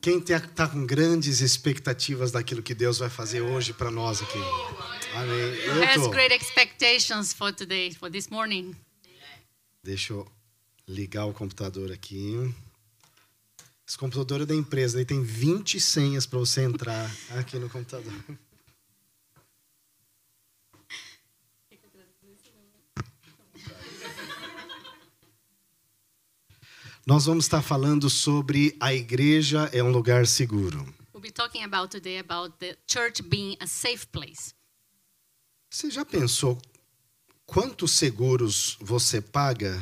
Quem está com grandes expectativas daquilo que Deus vai fazer hoje para nós aqui? Amém. Eu has tô. great expectations for today, for this morning. Deixa eu ligar o computador aqui. Esse computador é da empresa, daí tem 20 senhas para você entrar aqui no computador. Nós vamos estar falando sobre a igreja é um lugar seguro. We'll be talking about today about the church being a safe place. Você já pensou quantos seguros você paga?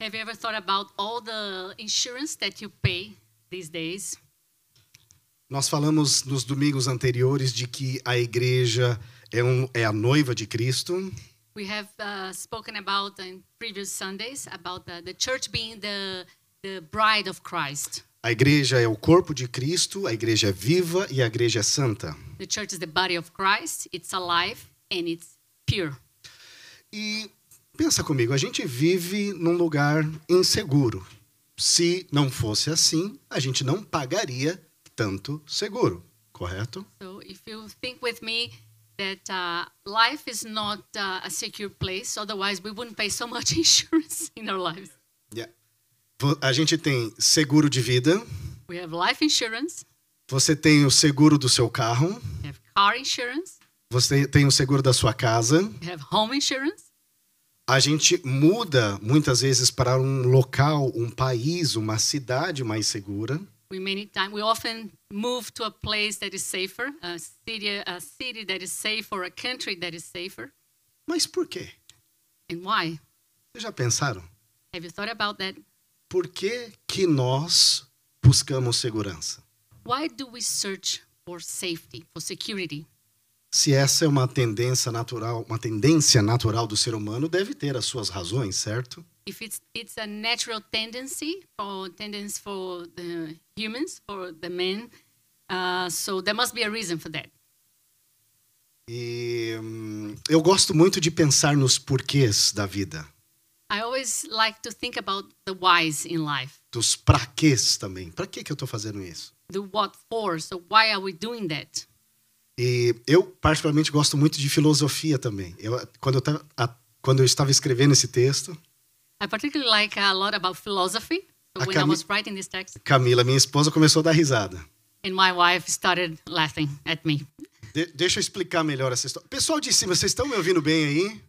Have you ever thought about all the insurance that you pay these days? Nós falamos nos domingos anteriores de que a igreja é, um, é a noiva de Cristo. We have uh, spoken about in previous Sundays about the, the church being the, the bride of Christ. A igreja é o corpo de Cristo, a igreja é viva e a igreja é santa. The church is the body of Christ, it's alive and it's pure. E pensa comigo, a gente vive num lugar inseguro. Se não fosse assim, a gente não pagaria tanto seguro, correto? So if you think with me that uh, life is not uh, a secure place, otherwise we wouldn't pay so much insurance in our lives. Yeah. Vo- A gente tem seguro de vida, We have life insurance, você tem o seguro do seu carro, we have car insurance, você tem o seguro da sua casa. we have home insurance. A gente muda muitas vezes para um local, um país, uma cidade mais segura. We many time we often move to a place that is safer, a city, a city that is safe, or a country that is safer. Mas por quê? And why? Vocês já pensaram? Have you thought about that? Por que, que nós buscamos segurança? Why do we search for safety, for security? Se essa é uma tendência natural, uma tendência natural do ser humano, deve ter as suas razões, certo? If it's it's a natural tendency for tendency for the humans, for the men, uh, so there must be a reason for that. E hum, eu gosto muito de pensar nos porquês da vida, I always like to think about the whys in life, dos praquês também. Para que que eu estou fazendo isso? the what for. So why are we doing that? E eu, particularmente, gosto muito de filosofia também. Eu, quando, eu tava- a- quando eu estava escrevendo esse texto, I particularly like a lot about philosophy. So A when I Cami- was writing this text, Camila, minha esposa, começou a dar risada. and my wife started laughing at me. De- deixa eu explicar melhor essa história. Pessoal de cima, vocês estão me ouvindo bem aí?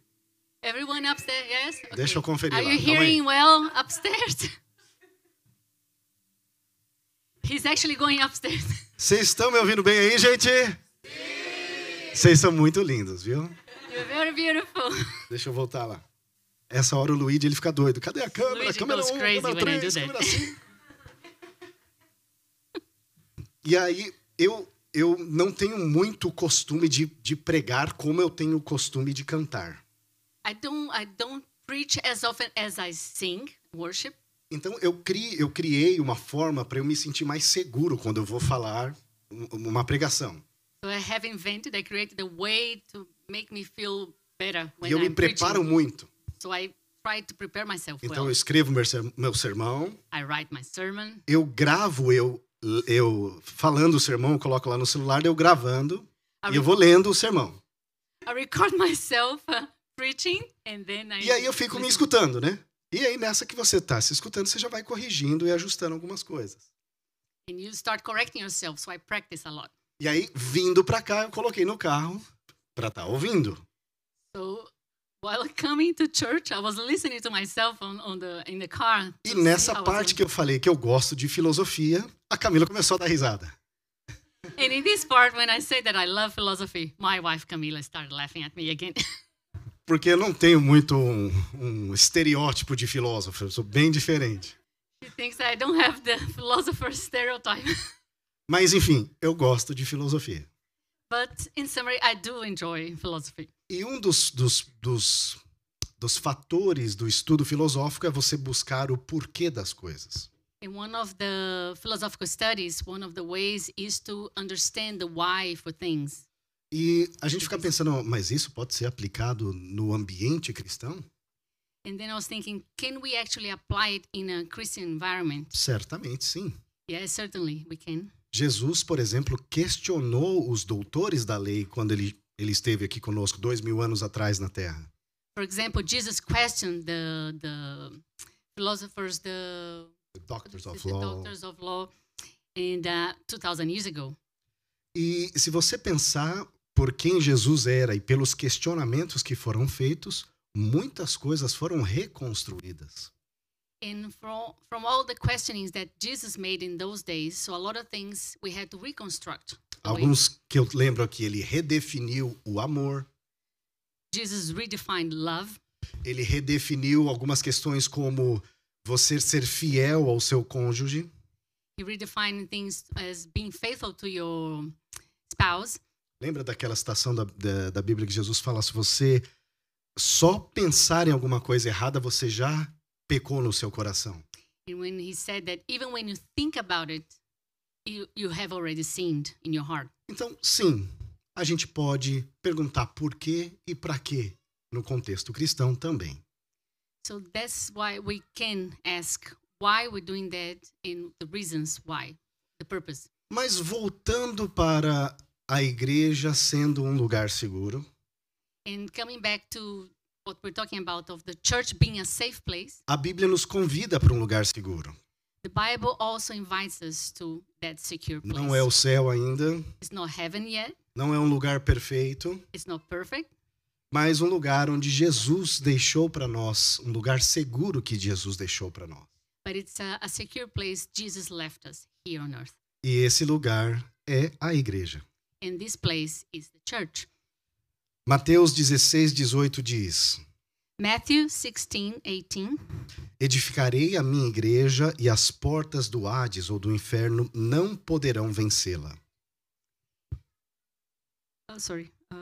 Everyone upstairs, yes? Okay. Deixa eu conferir Are lá, you calma aí. hearing well upstairs? He's actually going upstairs. Vocês estão me ouvindo bem aí, gente? Vocês são muito lindos, viu? You're very beautiful. Deixa eu voltar lá. Essa hora o Luigi ele fica doido. Cadê a câmera? Luigi câmera goes 1, crazy câmera when I 3, do that. câmera 5. e aí, eu, eu não tenho muito costume de, de pregar como eu tenho o costume de cantar. I don't I don't preach as often as I sing worship. Então, eu, cri, eu criei uma forma para eu me sentir mais seguro quando eu vou falar um- uma pregação. So I have invented, I created a way to make me feel better E when eu me I'm preaching. preparo muito. So I try to prepare myself Então, well. eu escrevo meu ser- meu sermão, I write my sermon. eu gravo eu eu falando o sermão, eu coloco lá no celular, eu gravando Ah, e eu vou lendo o sermão. I record myself uh, preaching, and then I. E aí eu fico me escutando, né? E aí nessa que você tá se escutando, você já vai corrigindo e ajustando algumas coisas. And you start correcting yourself. So I practice a lot. E aí vindo pra cá, eu coloquei no carro pra tá ouvindo. So while coming to church, I was listening to myself on, on the in the car. E to see nessa how I was parte que eu falei que eu gosto de filosofia, a Camila começou a dar risada. doing. And in this part, when I say that I love philosophy, my wife Camila started laughing at me again. Porque eu não tenho muito um, um estereótipo de filósofo, eu sou bem diferente. she thinks I don't have the philosopher stereotype. Mas enfim, eu gosto de filosofia. but in summary, I do enjoy philosophy. E um dos, dos, dos, dos fatores do estudo filosófico é você buscar o porquê das coisas. In one of the philosophical studies, one of the ways is to understand the why for things. E a gente fica pensando, mas isso pode ser aplicado no ambiente cristão? And then I was thinking, can we actually apply it in a Christian environment? Certamente sim. Yes, certainly we can. Jesus, por exemplo, questionou os doutores da lei quando ele, ele esteve aqui conosco dois mil anos atrás na Terra. For example, Jesus questioned the the philosophers, the, The doctors of the law. doctors of law, and uh, 2,000 years ago. E se você pensar por quem Jesus era e pelos questionamentos que foram feitos, muitas coisas foram reconstruídas. And from from all the questionings that Jesus made in those days, so a lot of things we had to reconstruct. the way Alguns que eu lembro aqui, ele redefiniu o amor, Jesus redefined love. ele redefiniu algumas questões como você ser fiel ao seu cônjuge, He redefined things as being faithful to your spouse. Lembra daquela citação da, da, da Bíblia que Jesus fala: se você só pensar em alguma coisa errada, você já pecou no seu coração. And when he said that even when you think about it, you, you have already sinned in your heart. Então, sim, a gente pode perguntar por quê e para quê no contexto cristão também. So that's why we can ask why we're doing that and the reasons why, the purpose. Mas voltando para a igreja sendo um lugar seguro, And coming back to what we're talking about of the church being a safe place, a Bíblia nos convida para um lugar seguro. the Bible also invites us to that secure place. Não é o céu ainda, It's not heaven yet, não é um lugar perfeito, it's not perfect, mas um lugar onde Jesus deixou para nós, um lugar seguro que Jesus deixou para nós. but it's a, a secure place Jesus left us here on earth. E esse lugar é a igreja. And this place is the church. Mateus 16, 18 diz: Matthew 16, 18. Edificarei a minha igreja e as portas do Hades ou do inferno não poderão vencê-la. Oh, sorry. Uh,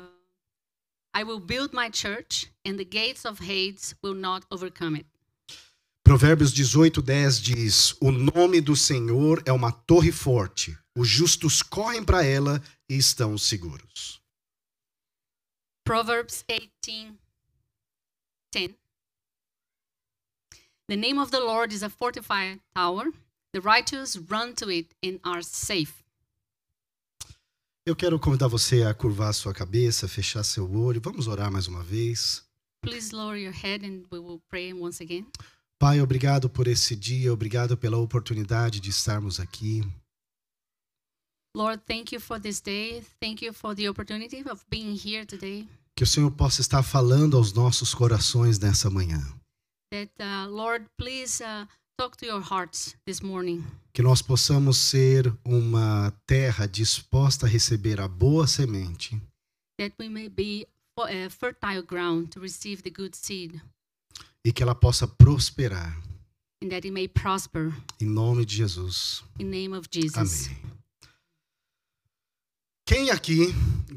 I will build my church, and the gates of Hades will not overcome it. Provérbios 18, 10 diz: O nome do Senhor é uma torre forte, os justos correm para ela e estão seguros. Proverbs 18, 10. The name of the Lord is a fortified tower. The righteous run to it and are safe. Eu quero convidar você a curvar sua cabeça, fechar seu olho. Vamos orar mais uma vez. Please lower your head and we will pray once again. Pai, obrigado por esse dia, obrigado pela oportunidade de estarmos aqui. Lord, thank you for this day. Thank you for the opportunity of being here today. Que o Senhor possa estar falando aos nossos corações nessa manhã. That, uh, Lord, please uh, talk to your hearts this morning. Que nós possamos ser uma terra disposta a receber a boa semente that we may be fo- uh, fertile ground to receive the good seed, e que ela possa prosperar. and that it may prosper Em nome de Jesus. in name of Jesus. Amém. Quem aqui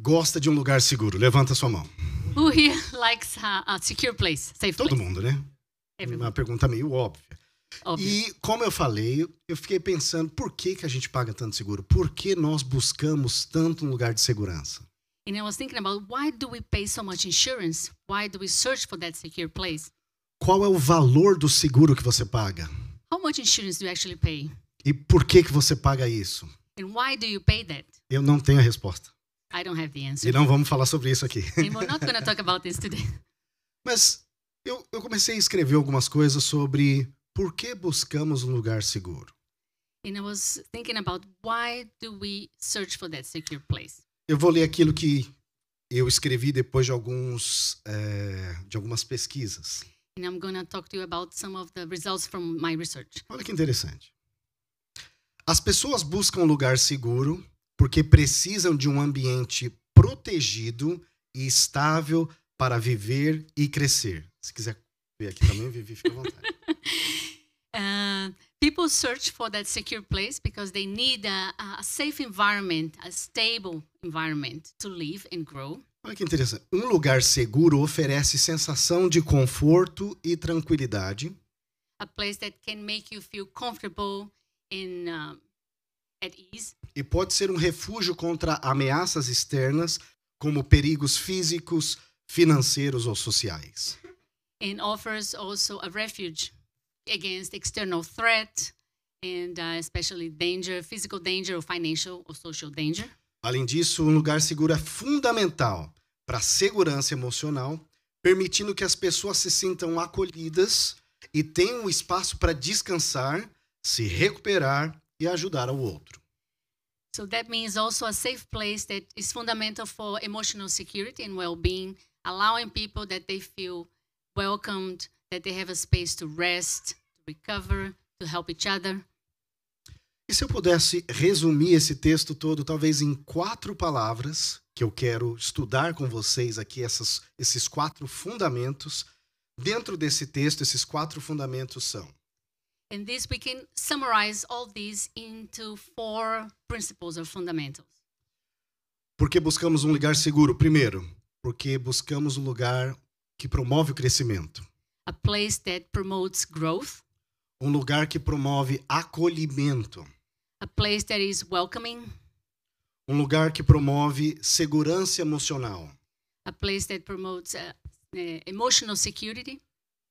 gosta de um lugar seguro? Levanta sua mão. Who here likes uh, a secure place, safe Todo place? mundo, né? Everyone, Uma pergunta meio óbvia. obvious. E como eu falei, eu fiquei pensando por que, que a gente paga tanto seguro? Por que nós buscamos tanto um lugar de segurança? And I was thinking about why do we pay so much insurance? Why do we search for that secure place? Qual é o valor do seguro que você paga? How much insurance do you actually pay, E por que, que você paga isso? and why do you pay that? Eu não tenho a resposta. I don't have the answer, E não vamos falar sobre isso aqui. and we're not going to talk about this today. Mas eu, eu comecei a escrever algumas coisas sobre por que buscamos um lugar seguro. And I was thinking about why do we search for that secure place? Eu vou ler aquilo que eu escrevi depois de, alguns, eh, de algumas pesquisas. And I'm going to talk to you about some of the results from my research. Olha que interessante. As pessoas buscam um lugar seguro porque precisam de um ambiente protegido e estável para viver e crescer. Se quiser ver aqui também, Vivi, fica à vontade. Uh, people search for that secure place because they need a, a safe environment, a stable environment to live and grow. Olha que interessante. Um lugar seguro oferece sensação de conforto e tranquilidade. A place that can make you feel comfortable and um, at ease. e pode ser um refúgio contra ameaças externas, como perigos físicos, financeiros ou sociais. and offers also a refuge against external threat and uh, especially danger, physical danger or financial or social danger. Além disso, um lugar seguro é fundamental para a segurança emocional, permitindo que as pessoas se sintam acolhidas e tenham um espaço para descansar, se recuperar e ajudar ao outro. So that means also a safe place that is fundamental for emotional security and well-being, allowing people that they feel welcomed, that they have a space to rest, to recover, to help each other. E se eu pudesse resumir esse texto todo, talvez em quatro palavras, que eu quero estudar com vocês aqui, essas, esses quatro fundamentos. Dentro desse texto, esses quatro fundamentos são: And this we can summarize all these into four principles or fundamentals. por que buscamos um lugar seguro? Primeiro, porque buscamos um lugar que promove o crescimento, A place that promotes growth, um lugar que promove acolhimento, a place that is welcoming, um lugar que promove segurança emocional a place that promotes uh, uh, emotional security,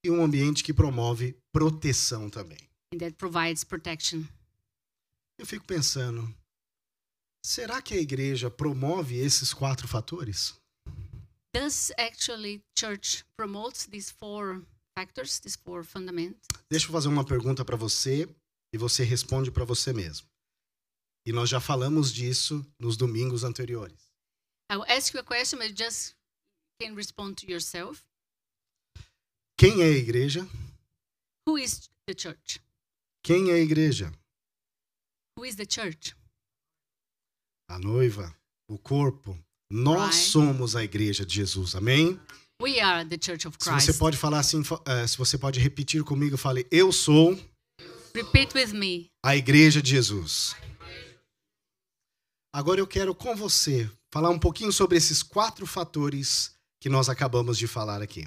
e um ambiente que promove proteção também. and that provides protection. Eu fico pensando, será que a igreja promove esses quatro fatores? Does actually church promotes these four factors, these four fundamentals? Deixa eu fazer uma pergunta para você e você responde para você mesmo. E nós já falamos disso nos domingos anteriores. I will ask you a question, but just can respond to yourself. Quem é a igreja? Who is the church? Quem é a igreja? Who is the church? A noiva, o corpo. Nós Right. somos a igreja de Jesus, amém? We are the church of Se você Christ. pode falar assim, fa- eh, se você pode repetir comigo, fale: Eu sou Repeat with me. a igreja de Jesus. Agora eu quero com você falar um pouquinho sobre esses quatro fatores que nós acabamos de falar aqui.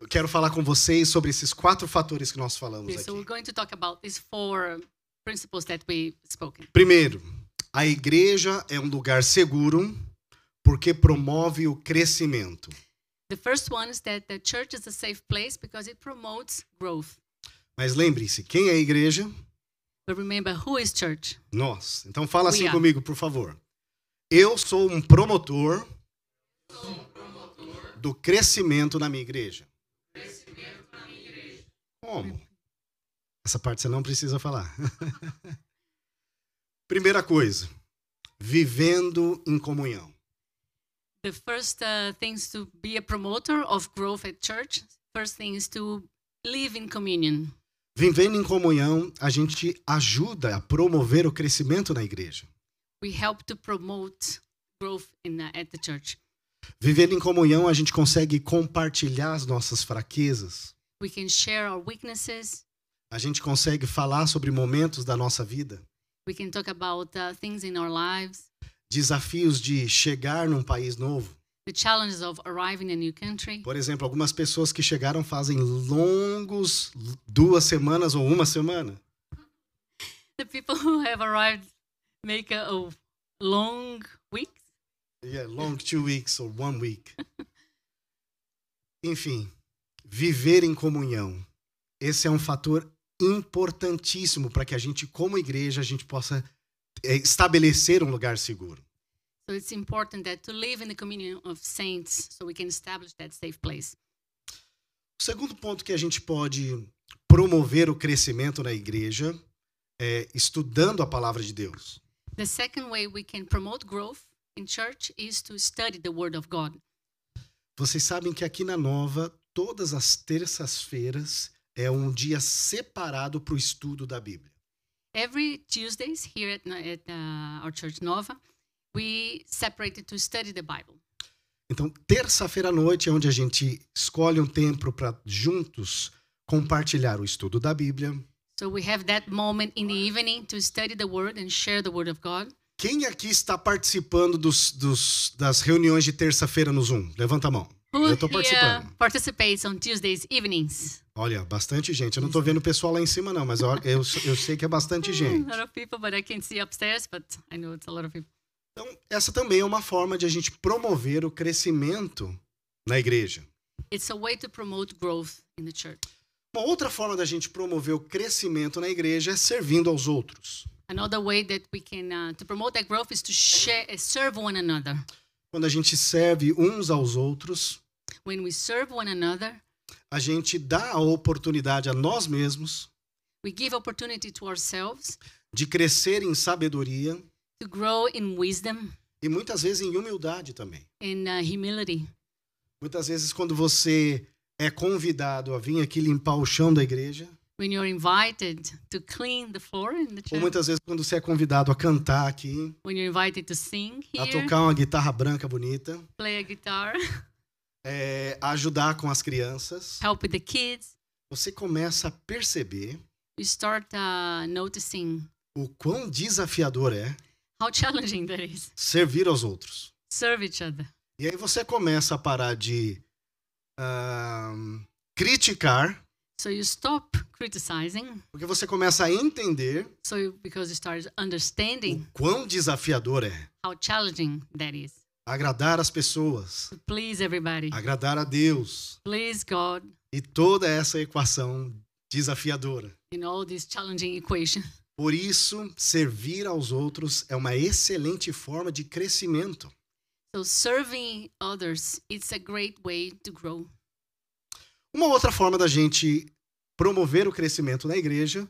Eu quero falar com vocês sobre esses quatro fatores que nós falamos Okay, so we're aqui. going to talk about these four principles that we spoken. Primeiro, a igreja é um lugar seguro porque promove o crescimento. The first one is that the church is a safe place because it promotes growth. Mas lembre-se, quem é a igreja? But remember, who is church? Nós. Então fala We assim are. comigo, por favor. Eu sou um promotor do crescimento na minha igreja. Como? Essa parte você não precisa falar. Primeira coisa, vivendo em comunhão. The first uh, thing is to be a promoter of growth at church. First thing is to live in communion. Vivendo em comunhão, a gente ajuda a promover o crescimento na igreja. We help to promote growth in uh, at the church. Vivendo em comunhão, a gente consegue compartilhar as nossas fraquezas. We can share our weaknesses. A gente consegue falar sobre momentos da nossa vida, We can talk about uh, things in our lives, desafios de chegar num país novo. the challenges of arriving in a new country. Por exemplo, algumas pessoas que chegaram fazem longos duas semanas ou uma semana. The people who have arrived make a, a long week. Yeah, long two weeks or one week. Enfim, viver em comunhão. Esse é um fator importantíssimo para que a gente, como igreja, a gente possa eh, estabelecer um lugar seguro. So it's important that to live in the communion of saints so we can establish that safe place. O segundo ponto que a gente pode promover o crescimento na igreja é estudando a palavra de Deus. The second way we can promote growth in church is to study the Word of God. Vocês sabem que aqui na Nova, todas as terças-feiras é um dia separado para o estudo da Bíblia. Every Tuesdays here at, at uh, our church Nova, we separated to study the Bible. Então, terça-feira à noite é onde a gente escolhe um tempo para juntos compartilhar o estudo da Bíblia. So we have that moment in the evening to study the Word and share the Word of God. Quem aqui está participando dos- dos- das reuniões de terça-feira no Zoom? Levanta a mão. Who Eu estou here participando. participates on Tuesdays evenings? Olha, bastante gente. Eu não tô vendo o pessoal lá em cima, não, mas eu, eu, eu sei que é bastante A gente. lot of people, but I can see upstairs, but I know it's a lot of people. Então, essa também é uma forma de a gente promover o crescimento na igreja. It's a way to promote growth in the church. Uma outra forma da gente promover o crescimento na igreja é servindo aos outros. Another way that we can uh, to promote that growth is to share, uh, serve one another. Quando a gente serve uns aos outros, When we serve one another, a gente dá a oportunidade a nós mesmos we give opportunity to ourselves de crescer em sabedoria to grow in wisdom e muitas vezes em humildade também. and uh, humility. Muitas vezes, quando você é convidado a vir aqui limpar o chão da igreja, When you're invited to clean the floor in the ou church, muitas vezes, quando você é convidado a cantar aqui, when you're invited to sing a here, tocar uma guitarra branca bonita, play a guitar, é, a ajudar com as crianças, help with the kids, você começa a perceber you start uh, noticing o quão desafiador é how challenging that is. servir aos outros. Serve each other. E aí você começa a parar de ah, criticar, So you stop criticizing. porque você começa a entender So you, because you start o understanding quão desafiador é how challenging that is agradar as pessoas, to please everybody, agradar a Deus please God e toda essa equação desafiadora. in all these challenging equations. Por isso, servir aos outros é uma excelente forma de crescimento. So serving others, it's a great way to grow. Uma outra forma da gente promover o crescimento na igreja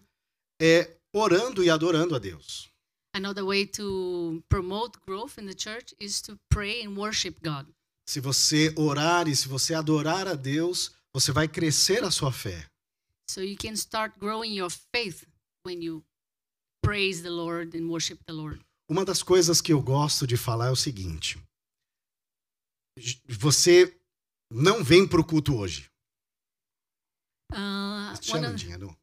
é orando e adorando a Deus. Another way to promote growth in the church is to pray and worship God. Se você orar e se você adorar a Deus, você vai crescer a sua fé. So you can start growing your faith when you praise the Lord and worship the Lord. Uma das coisas que eu gosto de falar é o seguinte: J- você não vem para o culto hoje. Uh, one, Chama, of, Dinha, não.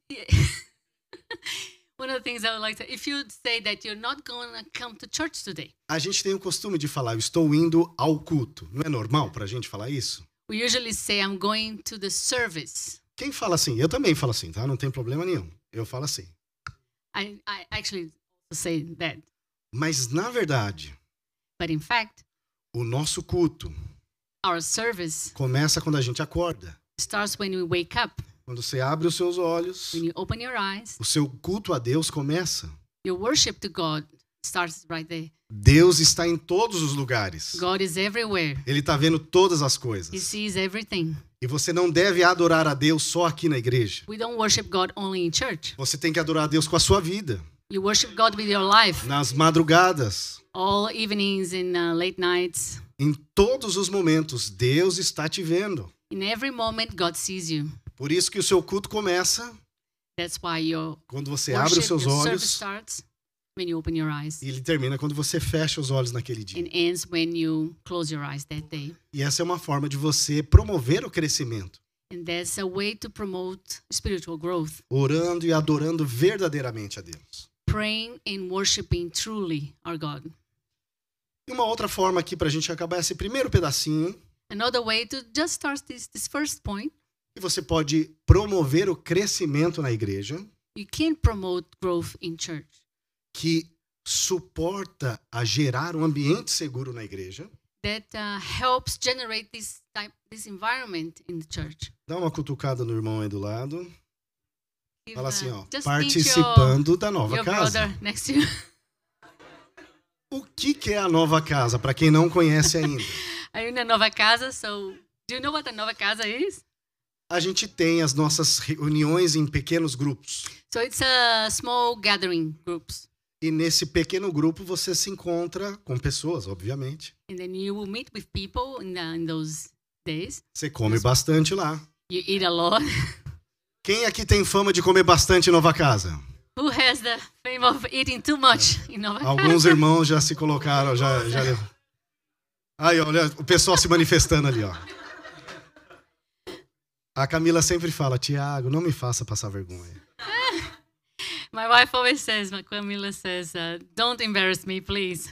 one of the things I would like to, if you say that you're not going to come to church today, A gente tem o costume de falar, eu estou indo ao culto. Não é normal para a gente falar isso? we usually say, I'm going to the service. Quem fala assim? Eu também falo assim, tá? Não tem problema nenhum. Eu falo assim. I, I actually say that. Mas, na verdade, But in fact, o nosso culto our service começa quando a gente acorda. starts when we wake up, Quando você abre os seus olhos, when you open your eyes. o seu culto a Deus começa. Your worship to God starts right there. Deus está em todos os lugares. God is everywhere. Ele está vendo todas as He coisas. sees everything. E você não deve adorar a Deus só aqui na igreja. We don't worship God only in church. Você tem que adorar a Deus com a sua vida, You worship God with your life, nas madrugadas, all evenings and uh, late nights. em todos os momentos. Deus está te vendo. In every moment, God sees you. Por isso que o seu culto começa That's why your quando você abre worship, os seus your service olhos starts when you open your eyes e ele termina quando você fecha os olhos naquele and dia. ends when you close your eyes that day. E essa é uma forma de você promover o crescimento, And that's a way to promote spiritual growth, orando e adorando verdadeiramente a Deus. praying and worshiping truly our God. E uma outra forma aqui para a gente acabar é esse primeiro pedacinho Another way to just start this, this first point, que você pode promover o crescimento na igreja you can promote growth in church que suporta a gerar um ambiente seguro na igreja. that uh, helps generate this type, this environment in the church. Dá uma cutucada no irmão aí do lado. Give, Fala uh, assim, ó, just think your, participando da nova your casa. brother next to you. O que que é a nova casa para quem não conhece ainda? Are you in a nova casa? So, do you know what a nova casa is? A gente tem as nossas reuniões em pequenos grupos. So it's a small gathering groups, E nesse pequeno grupo você se encontra com pessoas, obviamente. and then you will meet with people in, the, in those days. Você come bastante lá. You eat a lot. Quem aqui tem fama de comer bastante em Nova Casa? Who has the fame of eating too much in nova Alguns casa? irmãos já se colocaram, já, já lev- Aí, olha, o pessoal se manifestando ali, ó. A Camila sempre fala, Tiago, não me faça passar vergonha. My wife always says, my Camila says, uh, "Don't embarrass me, please."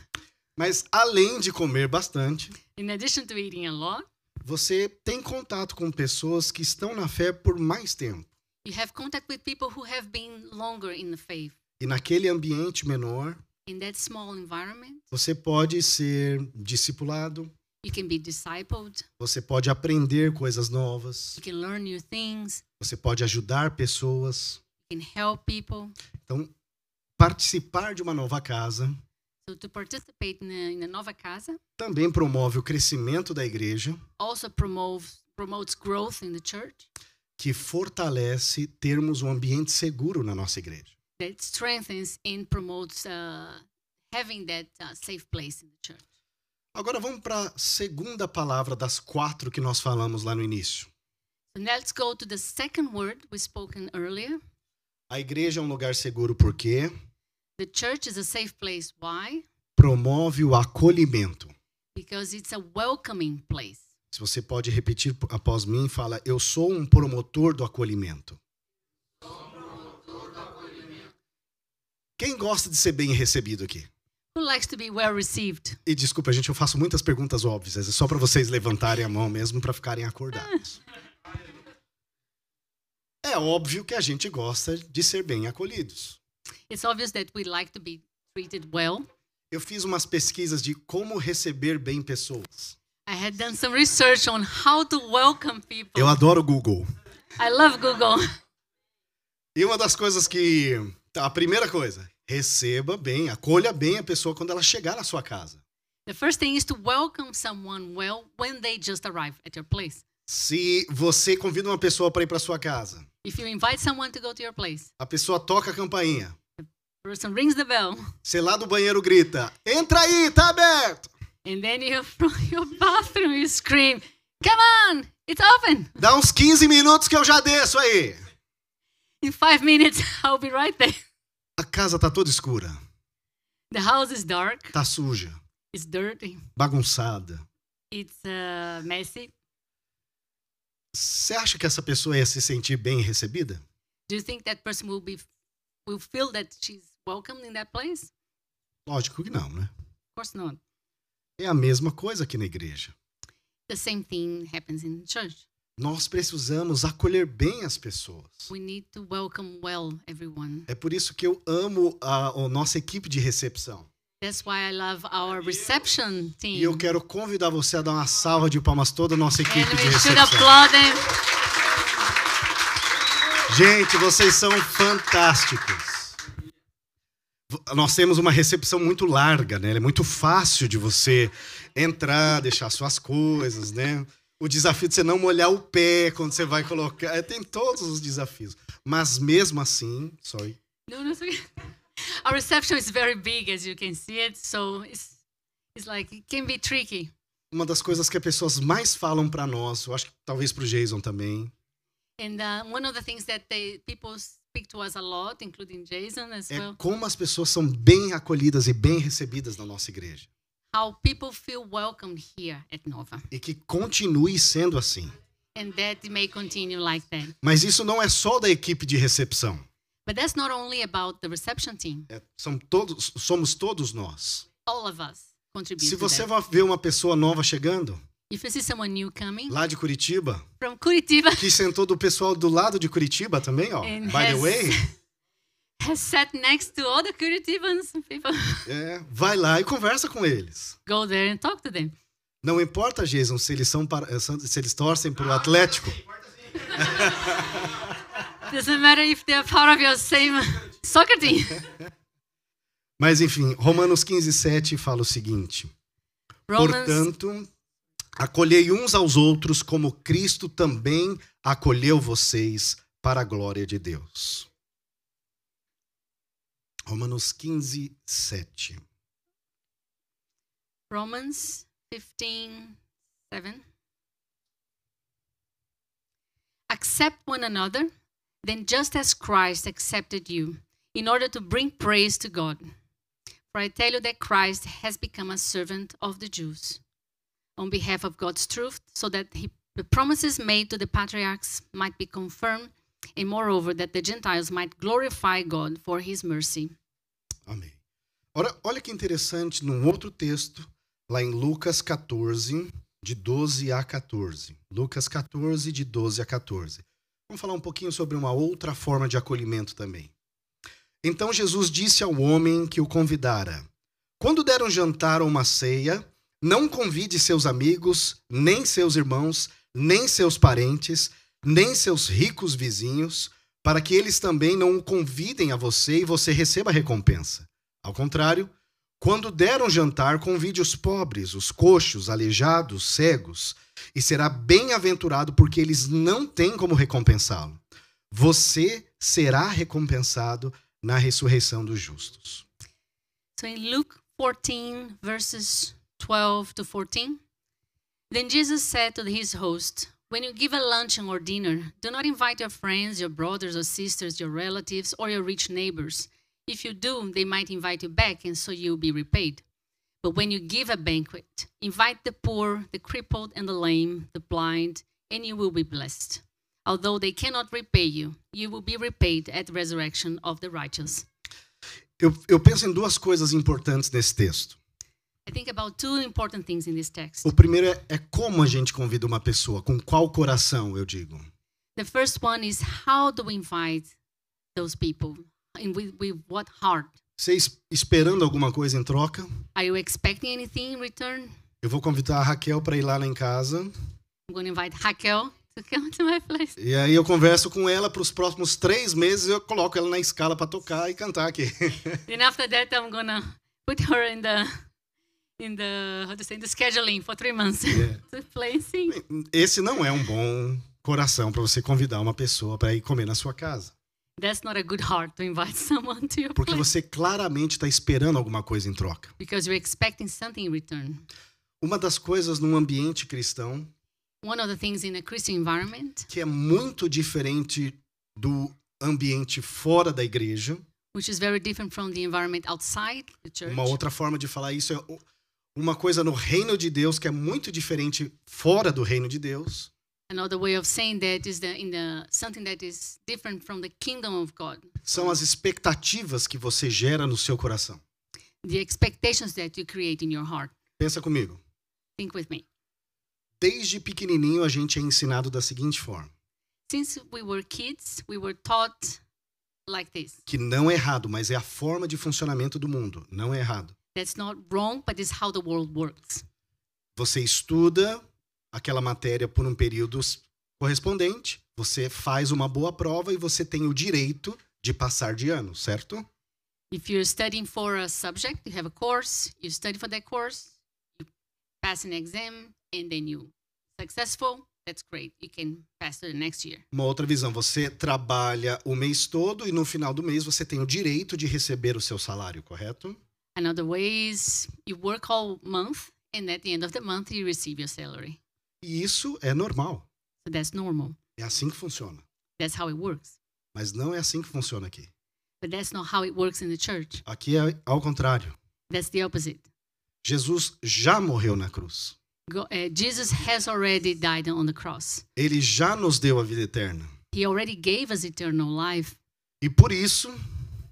Mas além de comer bastante, In addition to eating a lot, você tem contato com pessoas que estão na fé por mais tempo. you have contact with people who have been longer in the faith. E naquele ambiente menor, In that small environment, você pode ser discipulado, You can be discipled. Você pode aprender coisas novas. You can learn new things. Você pode ajudar pessoas. You can help people. Então, participar de uma nova casa So to participate in a, in a Nova Casa também promove o crescimento da igreja, also promoves promotes growth in the church que fortalece termos um ambiente seguro na nossa igreja. that strengthens and promotes uh, having that uh, safe place in the church. Agora vamos para a segunda palavra das quatro que nós falamos lá no início. So now let's go to the second word we spoken earlier. A igreja é um lugar seguro porque The church is a safe place. Why? promove o acolhimento. Because it's a welcoming place. Se você pode repetir p- após mim, fala: Eu sou um promotor do acolhimento. Quem gosta de ser bem recebido aqui? Who likes to be well received? E desculpa, gente, eu faço muitas perguntas óbvias, é só para vocês levantarem a mão mesmo para ficarem acordados. É óbvio que a gente gosta de ser bem acolhidos. It's obvious that we like to be treated well. Eu fiz umas pesquisas de como receber bem pessoas. I had done some research on how to welcome people. Eu adoro o Google. I love Google. E uma das coisas que. tá, A primeira coisa, receba bem, acolha bem a pessoa quando ela chegar na sua casa. The first thing is to welcome someone well when they just arrive at your place. Se você convida uma pessoa para ir para sua casa, If you invite someone to go to your place, a pessoa toca a campainha, person rings the bell, você lá do banheiro grita: entra aí, tá aberto! and then you from your bathroom you scream, "Come on, it's open!" Dá uns 15 minutos que eu já desço aí. In five minutes, I'll be right there. A casa tá toda escura, The house is dark, tá suja, it's dirty, bagunçada. it's uh, messy. Você acha que essa pessoa ia se sentir bem recebida? Do you think that person will be will feel that she's welcomed in that place? Of Lógico que não, né? course not. É a mesma coisa aqui na igreja. The same thing happens in church. Nós precisamos acolher bem as pessoas. We need to welcome well everyone. É por isso que eu amo a, a nossa equipe de recepção. That's why I love our reception E eu team. quero convidar você a dar uma salva de palmas toda a nossa And equipe de we should recepção. applaud them. Gente, vocês são fantásticos. V- Nós temos uma recepção muito larga, né? Ela É muito fácil de você entrar, deixar suas coisas, né? O desafio de você não molhar o pé quando você vai colocar. É, Tem todos os desafios. Mas mesmo assim, sorry, No, no, it's okay. Our reception is very big, as you can see it. So it's it's like it can be tricky. uma das coisas que as pessoas mais falam para nós, eu acho que talvez pro Jason também, And uh, one of the things that they people speak to us a lot, including Jason as é well, como as pessoas são bem acolhidas e bem recebidas na nossa igreja. how people feel welcome here at Nova, E que continue sendo assim. and that it may continue like that. Mas isso não é só da equipe de recepção. But that's not only about the reception team. É, são todos, somos todos nós. All of us contribute. Se to você that. vai ver uma pessoa nova chegando, If you see someone new coming lá de Curitiba, from Curitiba, que sentou do pessoal do lado de Curitiba também, ó. And By the has- way, has sat next to other Curitibans people, é, vai lá e conversa com eles. go there and talk to them. Não importa, Jason, se eles são para- se eles torcem pro Atlético. Doesn't matter if they're part of your same soccer team. Mas enfim, Romanos 15, 7 fala o seguinte: Romans Portanto, acolhei uns aos outros como Cristo também acolheu vocês para a glória de Deus. Romanos 15, 7. Romans 15, 7. Accept one another, then just as Christ accepted you, in order to bring praise to God. For I tell you that Christ has become a servant of the Jews on behalf of God's truth, so that he, the promises made to the patriarchs might be confirmed, and moreover, that the Gentiles might glorify God for his mercy. Amém. Ora, olha que interessante, num outro texto, lá em Lucas 14, de 12 a 14. Lucas 14, de 12 a 14. Vamos falar um pouquinho sobre uma outra forma de acolhimento também. Então Jesus disse ao homem que o convidara: Quando der um jantar ou uma ceia, Não convide seus amigos, nem seus irmãos, nem seus parentes, nem seus ricos vizinhos, para que eles também não o convidem a você e você receba recompensa. Ao contrário, quando der um jantar, convide os pobres, os coxos, aleijados, cegos, e será bem-aventurado porque eles não têm como recompensá-lo. Você será recompensado na ressurreição dos justos. So in Luke 14, verses 12 to 14, then Jesus said to his host, When you give a luncheon or dinner, do not invite your friends, your brothers or sisters, your relatives, or your rich neighbors. If you do, they might invite you back, and so you'll be repaid. But when you give a banquet, invite the poor, the crippled, and the lame, the blind, and you will be blessed. Although they cannot repay you, you will be repaid at the resurrection of the righteous. Eu, eu penso em duas coisas importantes nesse texto. I think about two important things in this text. O primeiro é, é como a gente convida uma pessoa, com qual coração, eu digo. The first one is how do we invite those people? And with, with what heart? Você es- esperando alguma coisa em troca? Are you expecting anything in return? Eu vou convidar a Raquel para ir lá, lá em casa. I'm going to invite Raquel to come to my place. E aí eu converso com ela para os próximos três meses. Eu coloco ela na escala para tocar e cantar aqui. then after that, I'm going to put her in the in the how to say in the scheduling for three months Yeah. to play and sing. Esse não é um bom coração para você convidar uma pessoa para ir comer na sua casa. That's not a good heart to invite someone to your Porque place você claramente está esperando alguma coisa em troca. because you're expecting something in return. Uma das coisas num ambiente cristão One of the things in a Christian environment, que é muito diferente do ambiente fora da igreja. which is very different from the environment outside the church, Uma outra forma de falar isso é o- uma coisa no reino de Deus que é muito diferente fora do reino de Deus. another way of saying that is the in the something that is different from the kingdom of God, São as expectativas que você gera no seu coração. the expectations that you create in your heart. Pensa comigo. Think with me. Desde pequenininho a gente é ensinado da seguinte forma, Since we were kids, we were taught like this. que não é errado, mas é a forma de funcionamento do mundo. Não é errado. That's not wrong, but it's how the world works. Você estuda aquela matéria por um período s- correspondente, você faz uma boa prova e você tem o direito de passar de ano, certo? If you're studying for a subject, you have a course, you study for that course, you pass an exam, and then you successful. That's great. You can pass to the next year. Uma outra visão, você trabalha o mês todo e no final do mês você tem o direito de receber o seu salário, correto? Another way is you work all month, and at the end of the month, you receive your salary. E isso é normal, So that's normal. é assim que funciona. That's how it works. Mas não é assim que funciona aqui. But that's not how it works in the church. Aqui é ao contrário. That's the opposite. Jesus já morreu na cruz. Go, uh, Jesus has already died on the cross. Ele já nos deu a vida eterna. He already gave us eternal life. E por isso,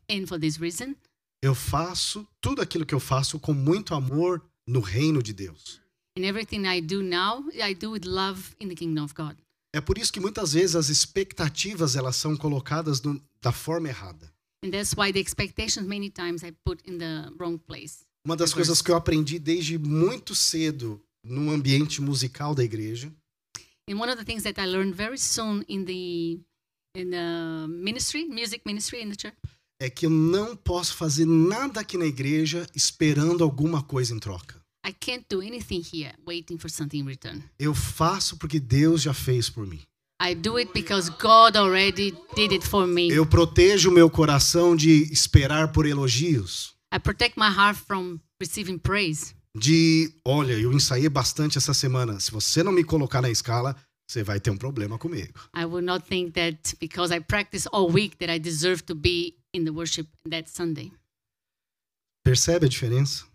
And for this reason, Eu faço tudo aquilo que eu faço com muito amor no reino de Deus. in everything I do now, I do with love in the kingdom of God. É por isso que muitas vezes as expectativas elas são colocadas no- da forma errada. And that's why the expectations many times I put in the wrong place. Uma das coisas que eu aprendi desde muito cedo no ambiente musical da igreja And one of the things that I learned very soon in the in the ministry, music ministry in the church, é que eu não posso fazer nada aqui na igreja esperando alguma coisa em troca. I can't do anything here waiting for something in return. Eu faço porque Deus já fez por mim. I do it because God already did it for me. Eu protejo o meu coração de esperar por elogios. I protect my heart from receiving praise. de olha, eu ensaiei bastante essa semana. Se você não me colocar na escala, você vai ter um problema comigo. I will not think that because I practice all week that I deserve to be in the worship that Sunday. Percebe a diferença?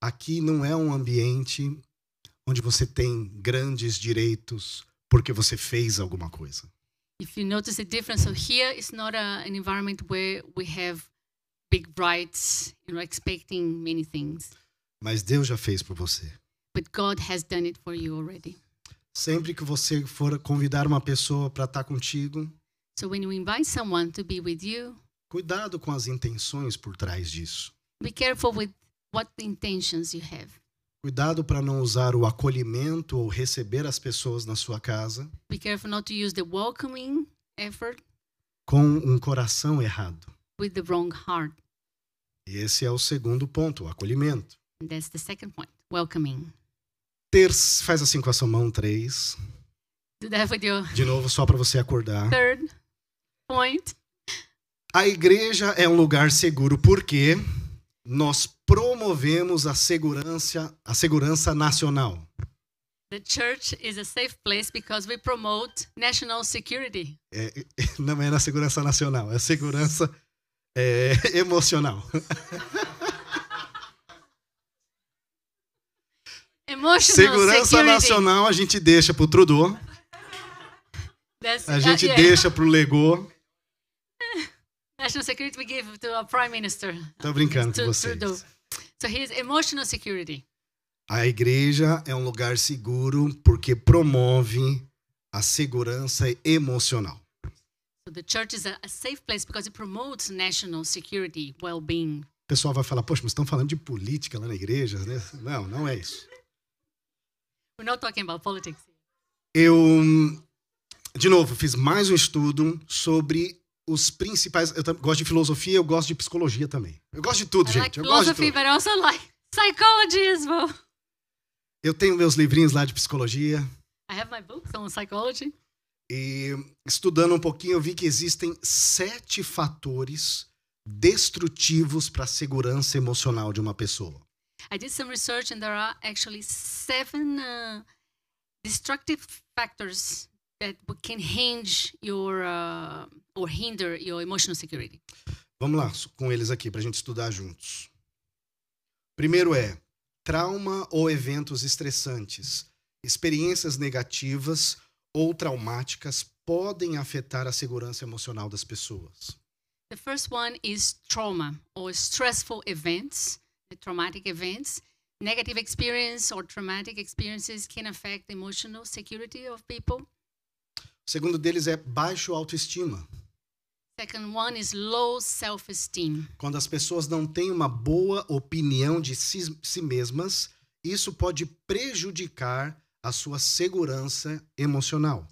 Aqui não é um ambiente onde você tem grandes direitos porque você fez alguma coisa. if you notice the difference, so here it's not a, an environment where we have big rights, you know, expecting many things, Mas Deus já fez por você. but God has done it for you already. Sempre que você for convidar uma pessoa para estar contigo, So when you invite someone to be with you, cuidado com as intenções por trás disso. be careful with what intentions you have. Cuidado para não usar o acolhimento ou receber as pessoas na sua casa Be careful not to use the welcoming effort com um coração errado. with the wrong heart. Esse é o segundo ponto, o acolhimento. And that's the second point welcoming. Ter, faz assim com a sua mão, três. Do that with your De novo, só para você acordar. third point. A igreja é um lugar seguro porque nós promovemos a segurança, a segurança nacional. The church is a safe place because we promote national security. É, não é na segurança nacional, é segurança é, emocional. Emotional segurança security. nacional a gente deixa pro Trudeau, That's, a gente yeah. deixa pro Legô. National security we give to our prime minister. Tô brincando com To- Trudeau. vocês. So here's emotional security. A igreja é um lugar seguro porque promove a segurança emocional. So the church is a, a safe place because it promotes national security, well-being. O pessoal vai falar, poxa, mas estão falando de política lá na igreja, né? Não, não é isso. We're not talking about politics. Eu, de novo, fiz mais um estudo sobre os principais. Eu tam- gosto de filosofia, eu gosto de psicologia também. Eu gosto de tudo, I gente. like eu gosto de philosophy, tudo. but I also like psychology as well. Eu tenho meus livrinhos lá de psicologia I have my books on psychology. e estudando um pouquinho eu vi que existem sete fatores destrutivos para a segurança emocional de uma pessoa. I did some research, and there are actually seven uh, destructive factors that w- can hinge your uh, or hinder your emotional security. Vamos lá s- com eles aqui para a gente estudar juntos. Primeiro é trauma ou eventos estressantes. Experiências negativas ou traumáticas podem afetar a segurança emocional das pessoas. The first one is trauma or stressful events, the traumatic events. Negative experience or traumatic experiences can affect the emotional security of people. O segundo deles é baixo autoestima. Second one is low self esteem. Quando as pessoas não têm uma boa opinião de si, si mesmas, isso pode prejudicar a sua segurança emocional.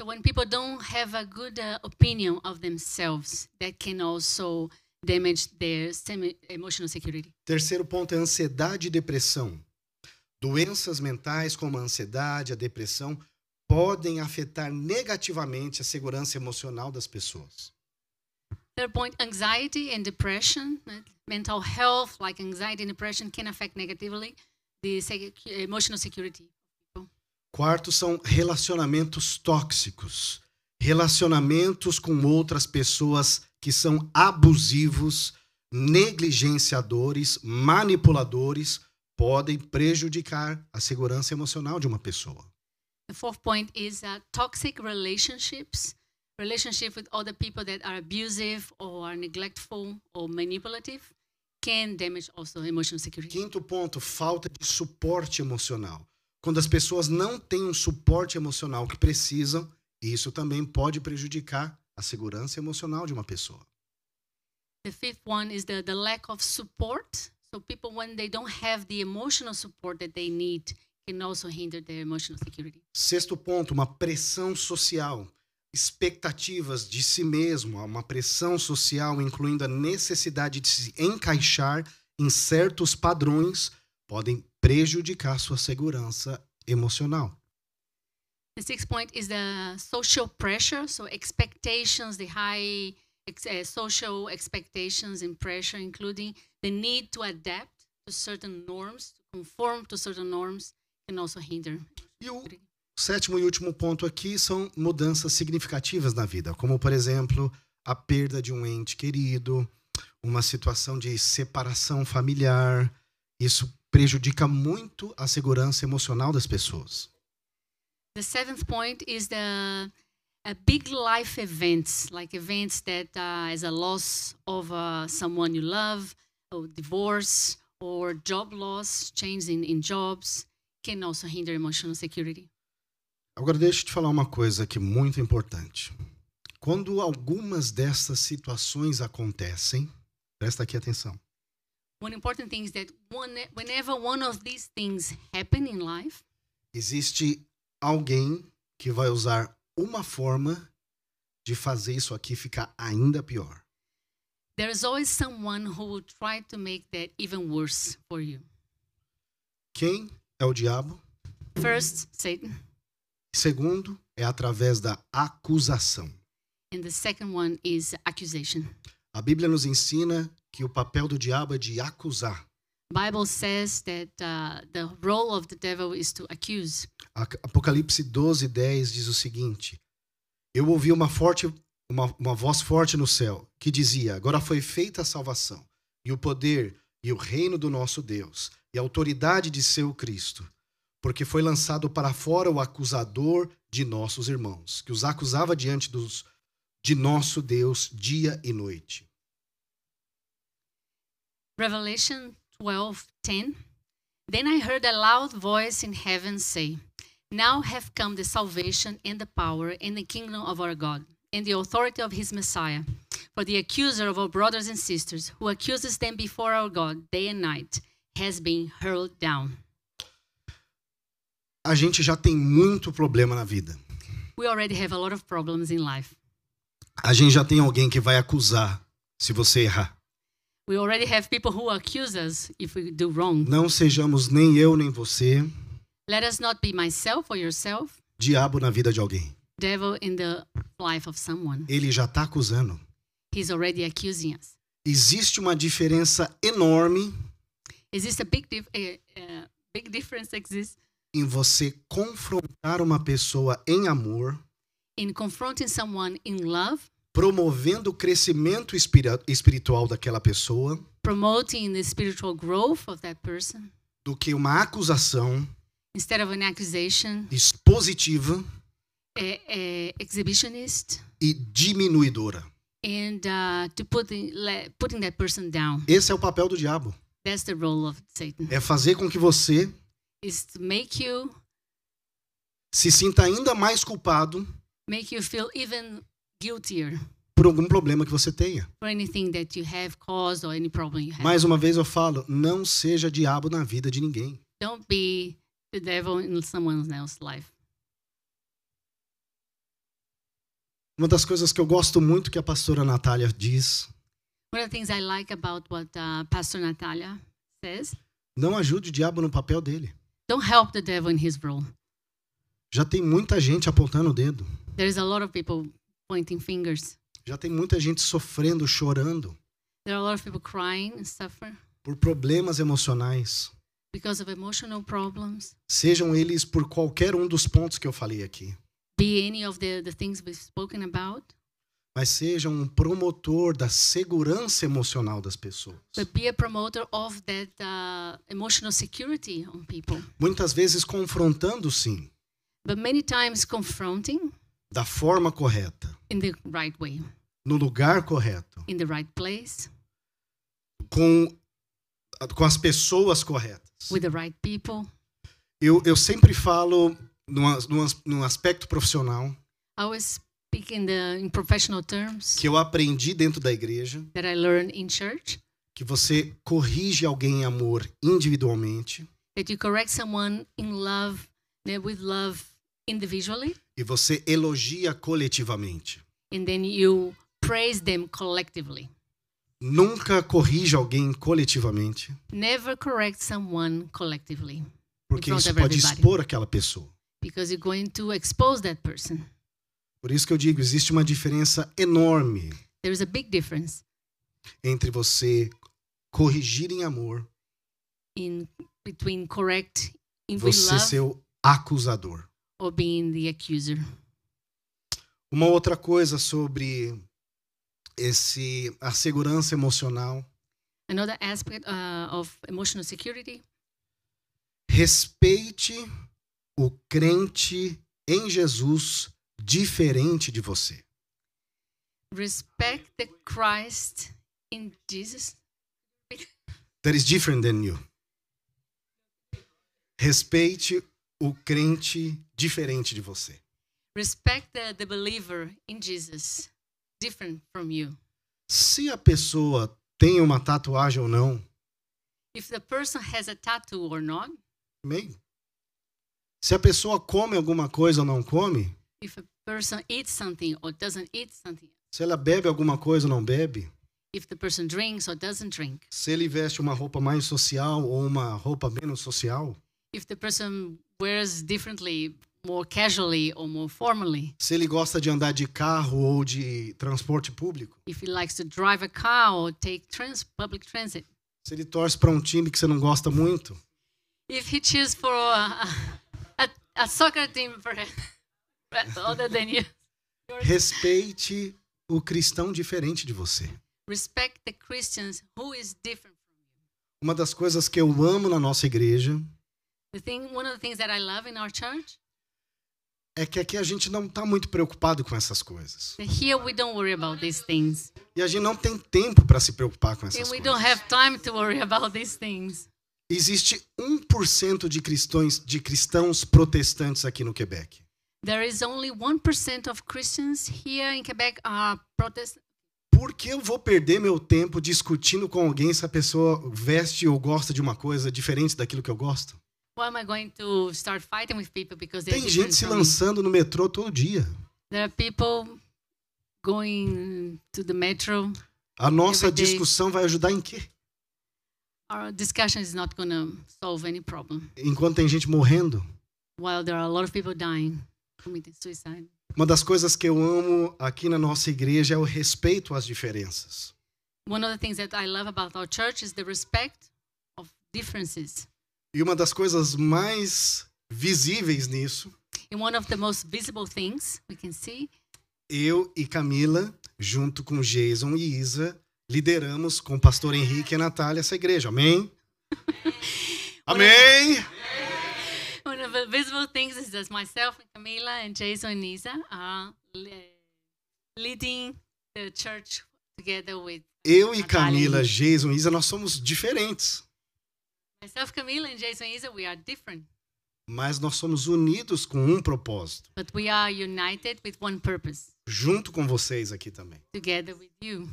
So when people don't have a good uh, opinion of themselves, that can also damage their semi- emotional security. Terceiro ponto é ansiedade e depressão. Doenças mentais como a ansiedade, a depressão, podem afetar negativamente a segurança emocional das pessoas. Third point, anxiety and depression. right? Mental health, like anxiety and depression, can affect negatively the secu- emotional security. Quarto são relacionamentos tóxicos. Relacionamentos com outras pessoas que são abusivos, negligenciadores, manipuladores, podem prejudicar a segurança emocional de uma pessoa. The fourth point is uh, toxic relationships. Relationship with other people that are abusive or are neglectful or manipulative can damage also emotional security. Quinto ponto, falta de suporte emocional. Quando as pessoas não têm um suporte emocional que precisam, isso também pode prejudicar a segurança emocional de uma pessoa. The fifth one is the, the lack of support. So people, when they don't have the emotional support that they need, can also hinder their emotional security. Sexto ponto, uma pressão social. Expectativas de si mesmo, há uma pressão social, incluindo a necessidade de se encaixar em certos padrões, podem prejudicar sua segurança emocional. The sixth point is the social pressure. So expectations, the high ex- uh, social expectations and pressure, including the need to adapt to certain norms, to conform to certain norms, can also hinder. E o sétimo e último ponto aqui são mudanças significativas na vida, como, por exemplo, a perda de um ente querido, uma situação de separação familiar. Isso prejudica muito a segurança emocional das pessoas. The seventh point is the uh, big life events, like events that uh, is a loss of uh, someone you love, or divorce, or job loss, change in, in jobs, can also hinder emotional security. Agora, deixa eu te falar uma coisa aqui muito importante. Quando algumas dessas situações acontecem, presta aqui atenção. One important thing is that one, whenever one of these things happen in life, Existe alguém que vai usar uma forma de fazer isso aqui ficar ainda pior. there is always someone who will try to make that even worse for you. Quem é o diabo? First, Satan, Segundo, é através da acusação. and the second one is accusation. A Bíblia nos ensina que o papel do diabo é de acusar. Bible says that uh, the role of the devil is to accuse. Ac- Apocalipse 12, 10 diz o seguinte: Eu ouvi uma forte uma, uma voz forte no céu que dizia: Agora foi feita a salvação, e o poder e o reino do nosso Deus, e a autoridade de seu Cristo, porque foi lançado para fora o acusador de nossos irmãos, que os acusava diante dos de nosso Deus dia e noite. Revelation 12:10. Then I heard a loud voice in heaven say, "Now have come the salvation and the power and the kingdom of our God and the authority of his Messiah, for the accuser of our brothers and sisters, who accuses them before our God day and night, has been hurled down." A gente já tem muito problema na vida. We already have a lot of problems in life. A gente já tem alguém que vai acusar se você errar. We already have people who accuse us if we do wrong. Não sejamos nem eu nem você Let us not be myself or yourself, diabo na vida de alguém. devil in the life of someone. Ele já está acusando. He's already accusing us. Existe uma diferença enorme Is this a big dif- a, a big difference exists em você confrontar uma pessoa em amor, in confronting someone in love, promovendo o crescimento espira- espiritual daquela pessoa, promoting the spiritual growth of that person do que uma acusação instead of an accusation, expositiva a, a exhibitionist, e diminuidora. and uh, to putting le, putting that person down. Esse é o papel do diabo. That's the role of Satan. É fazer com que você Is to make you se sinta ainda mais culpado make you feel even guiltier por algum problema que você tenha. for anything that you have caused or any problem you have. Mais uma vez eu falo, não seja diabo na vida de ninguém. Don't be the devil in someone else's life. Uma das coisas que eu gosto muito que a pastora Natália diz, One of the things I like about what uh, Pastor Natalia says não ajude o diabo no papel dele. don't help the devil in his role. Já tem muita gente apontando o dedo. There's a lot of people pointing fingers. Já tem muita gente sofrendo, chorando There are a lot of people crying and suffer por problemas emocionais, because of emotional problems. sejam eles por qualquer um dos pontos que eu falei aqui. Be any of the, the things we've spoken about, Mas seja um promotor da segurança emocional das pessoas. but be a promoter of that uh, emotional security on people. Muitas vezes confrontando, sim, But many times confronting da forma correta, in the right way, no lugar correto, in the right place, com, com as pessoas corretas. with the right people. Eu, eu sempre falo, num, as- num, as- num aspecto profissional, I always speak in the in professional terms. que eu aprendi dentro da igreja, that I learned in church que você corrige alguém em amor individualmente that you correct someone in love that with love individually e você elogia coletivamente. and then you praise them collectively Nunca corrija alguém coletivamente, never correct someone collectively porque Em front isso of pode everybody. expor aquela pessoa. because you're going to expose that person Por isso que eu digo, existe uma diferença enorme there is a big difference entre você corrigir em amor, in between correct in with você love ser o acusador. or being the accuser Uma outra coisa sobre esse a segurança emocional another aspect uh, of emotional security Respeite o crente em Jesus diferente de você. respect the christ in jesus That is different than you. Respeite o crente diferente de você. respect the, the believer in Jesus, different from you. Se a pessoa tem uma tatuagem ou não, if the person has a tattoo or not, Amém? Se a pessoa come alguma coisa ou não come, if a person eats something or doesn't eat something, se ela bebe alguma coisa ou não bebe, if the person drinks or doesn't drink, se ele veste uma roupa mais social ou uma roupa menos social, if the person wears differently, more casually or more formally, se ele gosta de andar de carro ou de transporte público, if he likes to drive a car or take trans- public transit, se ele torce para um time que você não gosta muito, if he cheers for a, a, a soccer team for, other than you, respeite o cristão diferente de você. respect the Christians who is different from you. Uma das coisas que eu amo na nossa igreja The thing, one of the things that I love in our church, é que aqui a gente não está muito preocupado com essas coisas. that here we don't worry about these things. E a gente não tem tempo para se preocupar com essas And we coisas. don't have time to worry about these things. Existe 1% de cristãos, de cristãos protestantes aqui no Quebec. There is only 1% of Christians here in Quebec are Protest. Por que eu vou perder meu tempo discutindo com alguém se a pessoa veste ou gosta de uma coisa diferente daquilo que eu gosto? Why am I going to start fighting with people because they're Tem gente different se from me? lançando no metrô todo dia. There are people going to the metro. A nossa Everyday. discussão vai ajudar em quê? Our discussion is not going to solve any problem. Enquanto tem gente morrendo. While there are a lot of people dying, committing suicide. Uma das coisas que eu amo aqui na nossa igreja é o respeito às diferenças. One of the things that I love about our church is the respect of differences. E uma das coisas mais visíveis nisso, And one of the most visible things we can see eu e Camila, junto com Jason e Isa, lideramos com o pastor Henrique e a Natália essa igreja. Amém? Amém! One of the visible things is that myself and Camila and Jason and Nisa are le- leading the church together with Eu e Natália Camila, Henrique. Jason e Isa, nós somos diferentes, myself, Camila, and Jason and Isa. We are different, mas nós somos unidos com um propósito, but we are united with one purpose junto com vocês aqui também. together with you.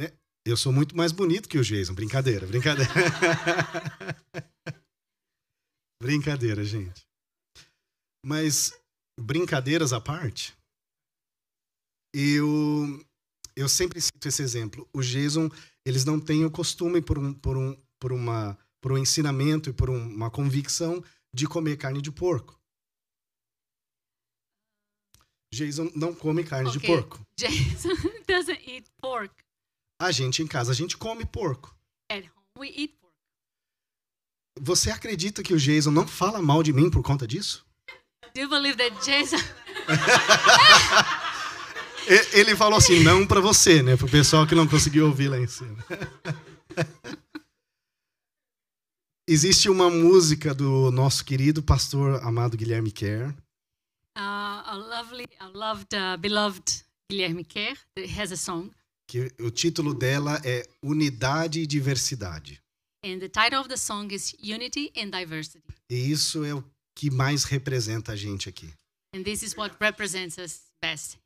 Eu sou muito mais bonito que o Jason. Brincadeira, brincadeira. brincadeira, gente. Mas, brincadeiras à parte, eu, eu sempre cito esse exemplo. O Jason, eles não têm o costume, por um, por um, por uma, por um ensinamento e por um- uma convicção, de comer carne de porco. Jason não come carne de Ok. porco. Jason doesn't eat pork A gente em casa, a gente come porco. at home. We eat pork. Você acredita que o Jason não fala mal de mim por conta disso? Do you believe that Jason? E- Ele falou assim, não pra você, né? Pro pessoal que não conseguiu ouvir lá em cima. Existe uma música do nosso querido pastor amado Guilherme Kerr. Uh, a lovely, a loved, uh, beloved Guilherme Kerr that has a song, que o título dela é Unidade e Diversidade. and the title of the song is "Unity and Diversity." E isso é o que mais representa a gente aqui. And this is what represents us best.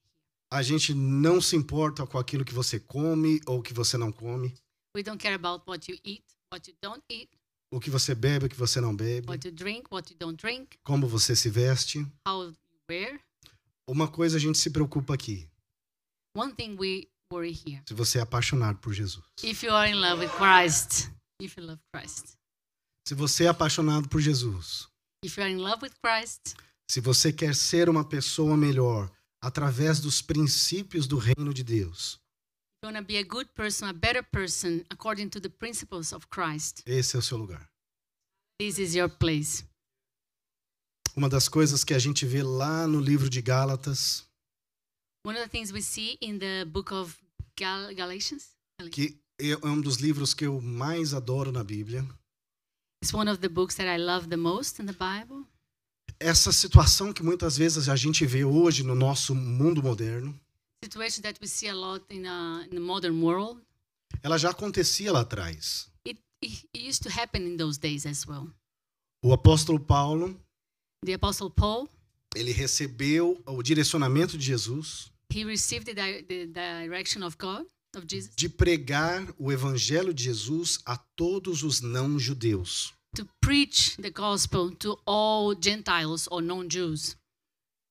A gente não se importa com aquilo que você come ou que você não come, We don't care about what you eat, what you don't eat, o que você bebe, o que você não bebe, what you drink, what you don't drink, como você se veste. how you wear. Uma coisa a gente se preocupa aqui, One thing we worry here. se você é apaixonado por Jesus. If you are in love with Christ, if you love Christ, Se você é apaixonado por Jesus, if you are in love with Christ, se você quer ser uma pessoa melhor através dos princípios do reino de Deus, you want to be a good person, a better person, according to the principles of Christ, esse é o seu lugar. this is your place. Uma das coisas que a gente vê lá no livro de Gálatas, One of the things we see in the book of Gal- Galatians, que é um dos livros que eu mais adoro na Bíblia, it's one of the books that I love the most in the Bible. essa situação que muitas vezes a gente vê hoje no nosso mundo moderno, Situation that we see a lot in, uh, in the modern world, ela já acontecia lá atrás. it, it it used to happen in those days as well. O apóstolo Paulo, The Apostle Paul, ele recebeu o direcionamento de Jesus he received the, di- the direction of God of Jesus, de pregar o evangelho de Jesus a todos os não judeus. to preach the gospel to all Gentiles or non Jews.